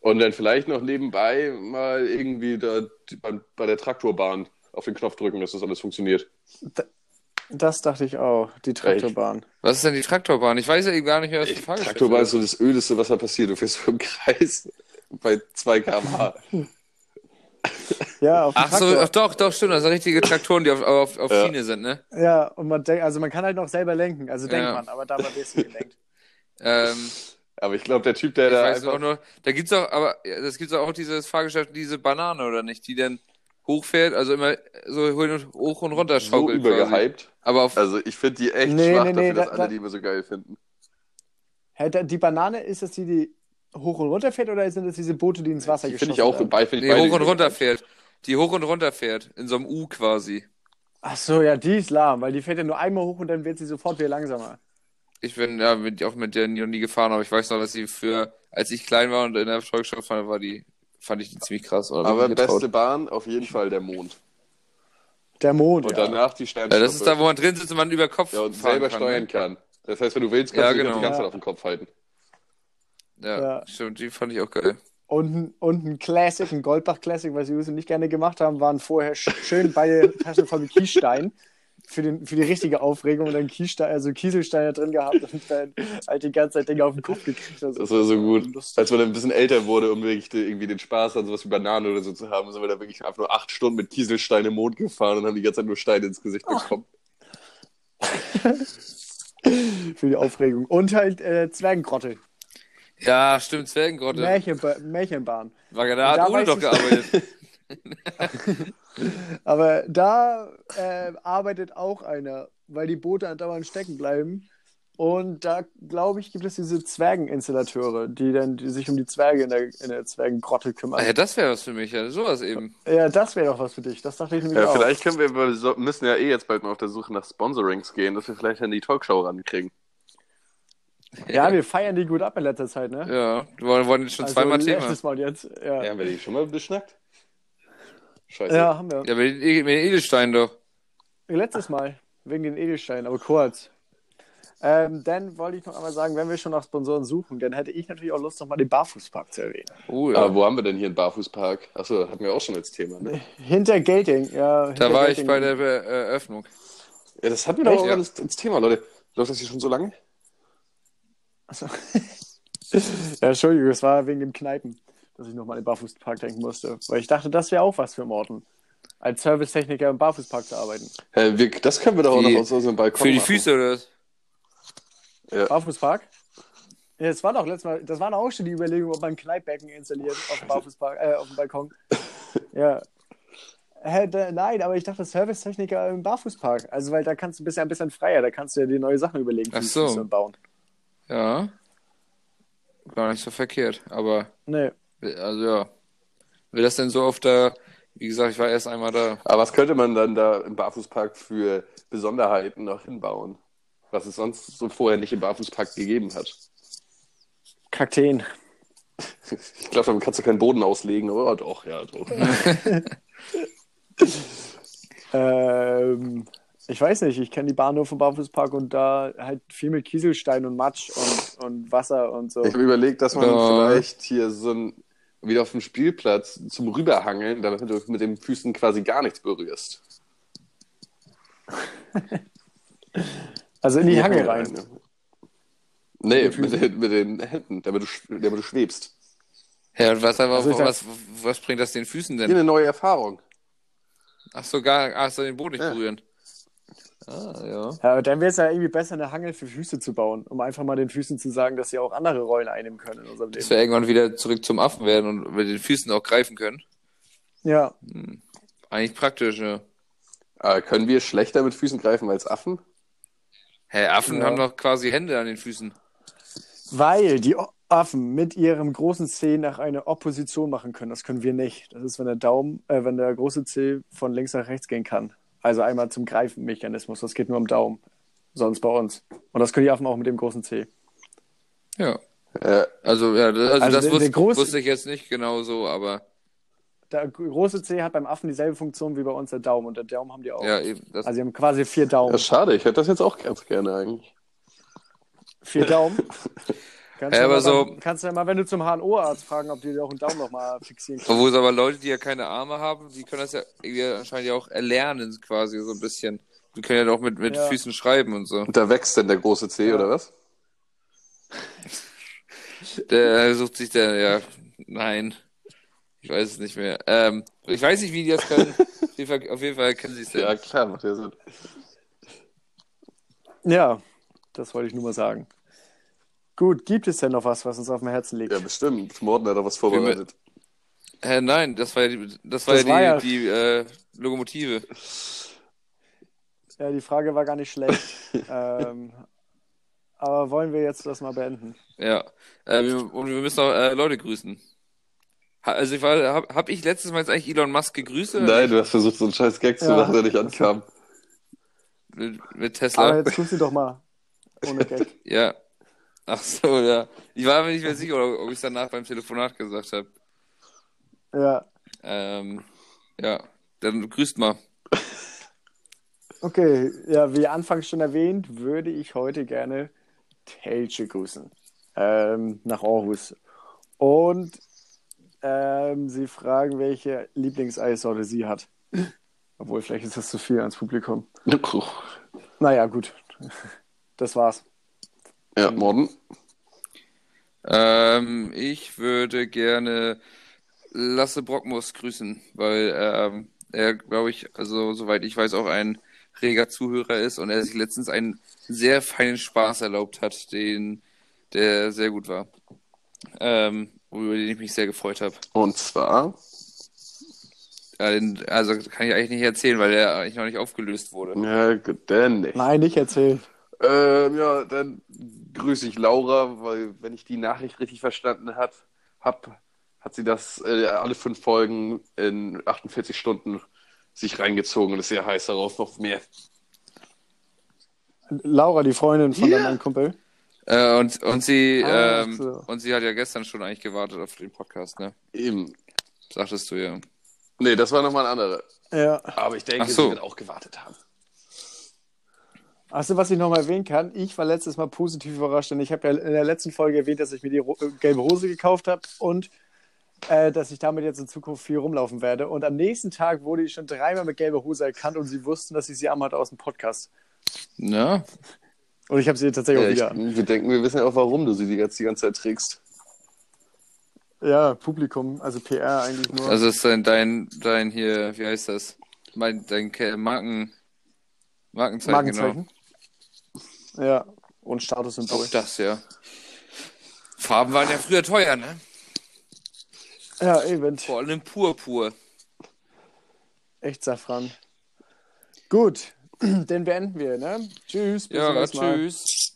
[SPEAKER 3] Und dann vielleicht noch nebenbei mal irgendwie da bei, bei der Traktorbahn auf den Knopf drücken, dass das alles funktioniert.
[SPEAKER 2] Das dachte ich auch, die Traktorbahn.
[SPEAKER 1] Was ist denn die Traktorbahn? Ich weiß ja eben gar nicht mehr, was die Fahrgeschäfte
[SPEAKER 3] Traktorbahn ist so das Ödeste, was da passiert. Du fährst so im Kreis bei 2 km/h.
[SPEAKER 2] Ja, auf dem
[SPEAKER 1] Ach so,
[SPEAKER 2] Traktor.
[SPEAKER 1] ach, doch, doch, stimmt. Das sind richtige Traktoren, die auf, auf, auf
[SPEAKER 3] Ja.
[SPEAKER 1] Schiene sind, ne?
[SPEAKER 2] Ja, und man denkt, also man kann halt noch selber lenken, also denkt
[SPEAKER 1] Ja.
[SPEAKER 2] man, aber da war ein bisschen gelenkt.
[SPEAKER 1] Ähm,
[SPEAKER 3] Aber ich glaube, der Typ, der
[SPEAKER 1] ich
[SPEAKER 3] da
[SPEAKER 1] weiß
[SPEAKER 3] einfach...
[SPEAKER 1] auch nur, da gibt's auch, aber ja, das gibt's auch dieses Fahrgeschäft, diese Banane oder nicht, die dann hochfährt, also immer so hoch und runter
[SPEAKER 3] so
[SPEAKER 1] schaukelt. quasi.
[SPEAKER 3] übergehypt.
[SPEAKER 1] Aber auf,
[SPEAKER 3] Also ich finde die echt
[SPEAKER 2] Nee,
[SPEAKER 3] schwach
[SPEAKER 2] nee, nee,
[SPEAKER 3] dafür, dass
[SPEAKER 2] da-
[SPEAKER 3] alle
[SPEAKER 2] da-
[SPEAKER 3] die immer so geil finden.
[SPEAKER 2] Hä, da- Die Banane, ist das die, die hoch und runter fährt oder sind das diese Boote, die ins Wasser
[SPEAKER 3] Die
[SPEAKER 2] geschossen
[SPEAKER 3] finde ich auch
[SPEAKER 2] werden?
[SPEAKER 3] beide. Find ich
[SPEAKER 1] nee,
[SPEAKER 3] beide
[SPEAKER 1] hoch und
[SPEAKER 3] gut.
[SPEAKER 1] runter fährt. Die hoch und runter fährt, in so einem U quasi.
[SPEAKER 2] Ach so, ja, die ist lahm, weil die fährt ja nur einmal hoch und dann wird sie sofort wieder langsamer.
[SPEAKER 1] Ich bin ja mit, auch mit der noch nie gefahren, aber ich weiß noch, dass sie für, als ich klein war und in der Volksschule fand, war die, fand ich die ziemlich krass. Oder
[SPEAKER 3] Aber
[SPEAKER 1] bin ich getraut.
[SPEAKER 3] beste Bahn auf jeden Fall der Mond.
[SPEAKER 2] Der Mond.
[SPEAKER 3] Und
[SPEAKER 2] ja.
[SPEAKER 3] danach die
[SPEAKER 1] ja,
[SPEAKER 3] Sternschnuppe.
[SPEAKER 1] das ist da, wo man drin sitzt und man über Kopf
[SPEAKER 3] ja, und
[SPEAKER 1] fahren
[SPEAKER 3] selber
[SPEAKER 1] kann,
[SPEAKER 3] steuern
[SPEAKER 1] ne?
[SPEAKER 3] kann. Das heißt, wenn du willst, kannst
[SPEAKER 1] Ja,
[SPEAKER 3] du dich auch die
[SPEAKER 1] genau.
[SPEAKER 3] ganze Zeit
[SPEAKER 2] Ja.
[SPEAKER 3] auf den Kopf halten.
[SPEAKER 1] Ja,
[SPEAKER 2] Ja.
[SPEAKER 1] stimmt, die fand ich auch geil.
[SPEAKER 2] Und, ein- und ein Classic, ein Goldbach-Classic, was die Jungs nicht gerne gemacht haben, waren vorher sch schön beide Taschen voll mit Kiesstein für, den, für die richtige Aufregung und dann Kiesstein, also Kieselsteine drin gehabt und dann halt die ganze Zeit Dinge auf den Kopf gekriegt. Also,
[SPEAKER 3] Das war so gut.
[SPEAKER 2] Lustig.
[SPEAKER 3] Als man dann ein bisschen älter wurde, um wirklich de- irgendwie den Spaß an sowas wie Bananen oder so zu haben, sind wir da wirklich einfach nur acht Stunden mit Kieselstein im Mond gefahren und haben die ganze Zeit nur Steine ins Gesicht bekommen.
[SPEAKER 2] für die Aufregung. Und halt äh, Zwergengrotte,
[SPEAKER 1] Ja, stimmt, Zwergengrotte.
[SPEAKER 2] Märchenba Märchenbahn.
[SPEAKER 1] War da
[SPEAKER 2] Und da
[SPEAKER 1] hat Ole
[SPEAKER 2] weiß
[SPEAKER 1] doch
[SPEAKER 2] ich-
[SPEAKER 1] gearbeitet.
[SPEAKER 2] Aber da äh, arbeitet auch einer, weil die Boote andauernd stecken bleiben. Und da, glaube ich, gibt es diese Zwergeninstallateure, die dann die sich um die Zwerge in der, in der Zwergengrotte
[SPEAKER 1] Ah
[SPEAKER 2] kümmern.
[SPEAKER 1] ja, das wäre was für mich, ja, sowas eben.
[SPEAKER 2] Ja, das wäre doch was für dich. Das dachte ich nämlich
[SPEAKER 3] Ja,
[SPEAKER 2] auch.
[SPEAKER 3] vielleicht können wir, wir so- müssen ja eh jetzt bald mal auf der Suche nach Sponsorings gehen, dass wir vielleicht an die Talkshow rankriegen.
[SPEAKER 2] Ja, wir feiern die gut ab in letzter Zeit, ne?
[SPEAKER 1] Ja, wir wollen wollen jetzt schon
[SPEAKER 2] Also
[SPEAKER 1] zweimal Thema.
[SPEAKER 2] letztes Mal jetzt. Ja, ja.
[SPEAKER 3] haben wir die schon mal beschnackt? Scheiße.
[SPEAKER 2] ja haben wir.
[SPEAKER 1] Ja, mit, den E- mit den Edelstein doch.
[SPEAKER 2] Letztes Mal, wegen den Edelsteinen, aber kurz. Ähm, dann wollte ich noch einmal sagen, wenn wir schon nach Sponsoren suchen, dann hätte ich natürlich auch Lust, nochmal den Barfußpark zu erwähnen.
[SPEAKER 1] Oh, ja.
[SPEAKER 3] Aber wo haben wir denn hier einen Barfußpark? Achso, hatten wir auch schon als Thema, ne?
[SPEAKER 2] Hinter Gelting, ja.
[SPEAKER 1] da
[SPEAKER 2] hinter
[SPEAKER 1] war ich
[SPEAKER 2] Gelting.
[SPEAKER 1] bei der Be- äh, Eröffnung.
[SPEAKER 3] Ja, das hatten wir doch
[SPEAKER 2] Echt?
[SPEAKER 3] auch
[SPEAKER 1] Ja.
[SPEAKER 3] als, als Thema, Leute. Läuft das hier schon so lange?
[SPEAKER 2] Achso. ja, Entschuldigung, es war wegen dem Kneipen, dass ich nochmal an den Barfußpark denken musste. Weil ich dachte, das wäre auch was für Morten. Als Servicetechniker im Barfußpark zu arbeiten.
[SPEAKER 3] Hä, wir, das können wir doch auch
[SPEAKER 1] Die-
[SPEAKER 3] noch aus unserem Balkon
[SPEAKER 1] Für die
[SPEAKER 3] machen.
[SPEAKER 1] Füße oder was?
[SPEAKER 2] Barfußpark? Ja, das war doch letztes Mal, das war doch auch schon die Überlegung, ob man Kneippbecken installiert auf dem Barfußpark, äh, auf dem Balkon. ja. Hä, da, nein, aber ich dachte Servicetechniker im Barfußpark. Also, weil da kannst du bist ja ein bisschen freier, da kannst du ja dir neue Sachen überlegen,
[SPEAKER 1] Ach
[SPEAKER 2] die
[SPEAKER 1] so.
[SPEAKER 2] Füße und bauen.
[SPEAKER 1] Ja. Gar nicht so verkehrt, aber
[SPEAKER 2] Nee.
[SPEAKER 1] also ja. Will das denn so auf der, wie gesagt, ich war erst einmal da.
[SPEAKER 3] Aber was könnte man dann da im Barfußpark für Besonderheiten noch hinbauen? Was es sonst so vorher nicht im Barfußpark gegeben hat.
[SPEAKER 2] Kakteen.
[SPEAKER 3] Ich glaube, damit kannst du keinen Boden auslegen. Oh, doch, ja, doch.
[SPEAKER 2] Ähm, ich weiß nicht, ich kenne die Bahn nur vom Barfußpark und da halt viel mit Kieselstein und Matsch und, und Wasser und so.
[SPEAKER 3] Ich habe überlegt, dass man
[SPEAKER 1] Ja.
[SPEAKER 3] vielleicht hier so ein, wieder auf dem Spielplatz zum Rüberhangeln, damit du mit den Füßen quasi gar nichts berührst.
[SPEAKER 2] Also in die Hange rein.
[SPEAKER 3] ja. Nee, mit den, mit den Händen, damit du, sch- damit du schwebst.
[SPEAKER 1] Ja, und was, aber,
[SPEAKER 2] Also ich sag-
[SPEAKER 1] was, was bringt das den Füßen
[SPEAKER 3] Hier
[SPEAKER 1] denn?
[SPEAKER 3] eine neue Erfahrung.
[SPEAKER 1] Ach so, gar, ach so, den Boden nicht
[SPEAKER 3] Ja.
[SPEAKER 1] berühren. Ah, ja.
[SPEAKER 2] Ja, aber dann wäre es ja irgendwie besser, eine Hangel für Füße zu bauen, um einfach mal den Füßen zu sagen, dass sie auch andere Rollen einnehmen können in unserem
[SPEAKER 1] Dass
[SPEAKER 2] Leben.
[SPEAKER 1] wir irgendwann wieder zurück zum Affen werden und mit den Füßen auch greifen können.
[SPEAKER 2] Ja,
[SPEAKER 1] Eigentlich praktisch, ja.
[SPEAKER 3] Äh, können wir schlechter mit Füßen greifen als Affen?
[SPEAKER 1] Hä, Affen
[SPEAKER 2] Ja.
[SPEAKER 1] haben doch quasi Hände an den Füßen.
[SPEAKER 2] weil die O- Affen mit ihrem großen Zeh nach einer Opposition machen können. Das können wir nicht. Das ist, wenn der Daumen, äh, wenn der große Zeh von links nach rechts gehen kann. Also einmal zum Greifen-Mechanismus. Das geht nur am Daumen. Sonst bei uns. Und das können die Affen auch mit dem großen Zeh.
[SPEAKER 1] Ja.
[SPEAKER 3] Äh,
[SPEAKER 1] Also, ja, das, also
[SPEAKER 2] Also
[SPEAKER 1] das
[SPEAKER 2] der-
[SPEAKER 1] wus
[SPEAKER 2] der große-
[SPEAKER 1] wusste ich jetzt nicht genau so, aber
[SPEAKER 2] Der große Zeh hat beim Affen dieselbe Funktion wie bei uns der Daumen. Und der Daumen haben die auch.
[SPEAKER 1] ja, eben. Das,
[SPEAKER 2] Also sie haben quasi vier Daumen.
[SPEAKER 3] ja, schade, ich hätte das jetzt auch ganz gerne eigentlich.
[SPEAKER 2] Vier Daumen. Kannst,
[SPEAKER 1] Ja,
[SPEAKER 2] du
[SPEAKER 1] aber
[SPEAKER 2] mal
[SPEAKER 1] so-
[SPEAKER 2] beim, kannst du ja mal, wenn du zum HNO-Arzt fragen, ob die dir auch einen Daumen nochmal fixieren können.
[SPEAKER 1] obwohl es aber Leute, die ja keine Arme haben, die können das ja irgendwie anscheinend ja auch erlernen, quasi so ein bisschen. Die können ja auch mit, mit
[SPEAKER 2] Ja.
[SPEAKER 1] Füßen schreiben und so.
[SPEAKER 3] Und da wächst denn der große Zeh, oder was?
[SPEAKER 1] Der sucht sich der, ja, nein. Ich weiß es nicht mehr. Ähm, ich weiß nicht, wie die das können. auf, jeden Fall, auf jeden Fall können sie es
[SPEAKER 3] Ja,
[SPEAKER 1] ja.
[SPEAKER 3] klar, macht ja Sinn.
[SPEAKER 2] Ja, das wollte ich nur mal sagen. Gut, gibt es denn noch was, was uns auf dem Herzen liegt?
[SPEAKER 3] Ja, bestimmt. Morten hat da was vorbereitet.
[SPEAKER 1] Äh, nein, das war ja die, das war ja
[SPEAKER 2] Das
[SPEAKER 1] die,
[SPEAKER 2] war ja-
[SPEAKER 1] die äh, Lokomotive.
[SPEAKER 2] Ja, die Frage war gar nicht schlecht. ähm, aber wollen wir jetzt das mal beenden?
[SPEAKER 1] Ja. Äh, wir, und wir müssen auch äh, Leute grüßen. Ha, also ich war, hab, hab ich letztes Mal jetzt eigentlich Elon Musk gegrüßt? oder
[SPEAKER 3] Nein, du hast versucht, so einen scheiß Gag zu
[SPEAKER 2] Ja.
[SPEAKER 3] machen, der nicht ankam.
[SPEAKER 1] Mit, mit
[SPEAKER 2] Aber
[SPEAKER 1] Tesla.
[SPEAKER 2] jetzt grüß sie doch mal. Ohne Gag.
[SPEAKER 1] Ja. Ach so, ja. Ich war mir nicht mehr sicher, ob ich es danach beim Telefonat gesagt habe.
[SPEAKER 2] Ja.
[SPEAKER 1] Ähm, ja. Dann grüßt mal.
[SPEAKER 2] Okay, ja, wie anfangs schon erwähnt, würde ich heute gerne Telche grüßen. Ähm, nach Aarhus. Und ähm, sie fragen, welche Lieblingseissorte sie hat. Obwohl, vielleicht ist das zu viel ans Publikum. Naja, gut. Das war's.
[SPEAKER 3] Ja, Morten.
[SPEAKER 1] Ähm, ich würde gerne Lasse Brockmus grüßen, weil ähm, er, glaube ich, also soweit ich weiß, auch ein reger Zuhörer ist und er sich letztens einen sehr feinen Spaß erlaubt hat, den, der sehr gut war. Ähm, über den ich mich sehr gefreut habe.
[SPEAKER 3] Und zwar.
[SPEAKER 1] Ja, den, also kann ich eigentlich nicht erzählen, weil der eigentlich noch nicht aufgelöst wurde.
[SPEAKER 3] Ja, gut, dann nicht.
[SPEAKER 2] Nein, nicht erzählen.
[SPEAKER 3] Ähm, ja, dann grüße ich Laura, weil wenn ich die Nachricht richtig verstanden hat, hab, hat sie das äh, alle fünf Folgen in 48 Stunden sich reingezogen und ist sehr heiß darauf noch mehr.
[SPEAKER 2] Laura, die Freundin von
[SPEAKER 3] Ja.
[SPEAKER 2] deinem anderen Kumpel.
[SPEAKER 1] Äh, und, und sie,
[SPEAKER 2] Ah,
[SPEAKER 1] ähm,
[SPEAKER 2] so.
[SPEAKER 1] und sie hat ja gestern schon eigentlich gewartet auf den Podcast, ne?
[SPEAKER 3] Eben.
[SPEAKER 1] Sagtest du ja.
[SPEAKER 3] Nee, das war nochmal ein anderer.
[SPEAKER 2] Ja.
[SPEAKER 3] Aber ich denke,
[SPEAKER 1] Ach so.
[SPEAKER 3] sie wird auch gewartet haben.
[SPEAKER 2] Achso, was ich nochmal erwähnen kann, ich war letztes Mal positiv überrascht, denn ich habe ja in der letzten Folge erwähnt, dass ich mir die ro- äh, gelbe Hose gekauft habe und äh, dass ich damit jetzt in Zukunft viel rumlaufen werde. Und am nächsten Tag wurde ich schon dreimal mit gelber Hose erkannt und sie wussten, dass ich sie anhat aus dem Podcast.
[SPEAKER 1] Na?
[SPEAKER 2] Und ich habe sie tatsächlich
[SPEAKER 3] Ja,
[SPEAKER 2] auch
[SPEAKER 3] ich,
[SPEAKER 2] wieder.
[SPEAKER 3] wir denken, wir wissen ja auch, warum du sie die ganze, die ganze Zeit trägst.
[SPEAKER 2] Ja, Publikum, also PR eigentlich nur.
[SPEAKER 1] Also ist dein, dein, dein hier, wie heißt das? Mein, dein Ke- Marken, Markenzeichen,
[SPEAKER 2] Markenzeichen. Ja,
[SPEAKER 1] genau.
[SPEAKER 2] und Statussymbol.
[SPEAKER 1] Auch das, ja. Farben waren ja früher teuer, ne?
[SPEAKER 2] Ja, Event.
[SPEAKER 1] Vor allem Purpur.
[SPEAKER 2] Echt Safran. Gut, dann beenden wir, ne? Tschüss, bis zum
[SPEAKER 1] Ja,
[SPEAKER 2] nächsten Mal.
[SPEAKER 1] tschüss.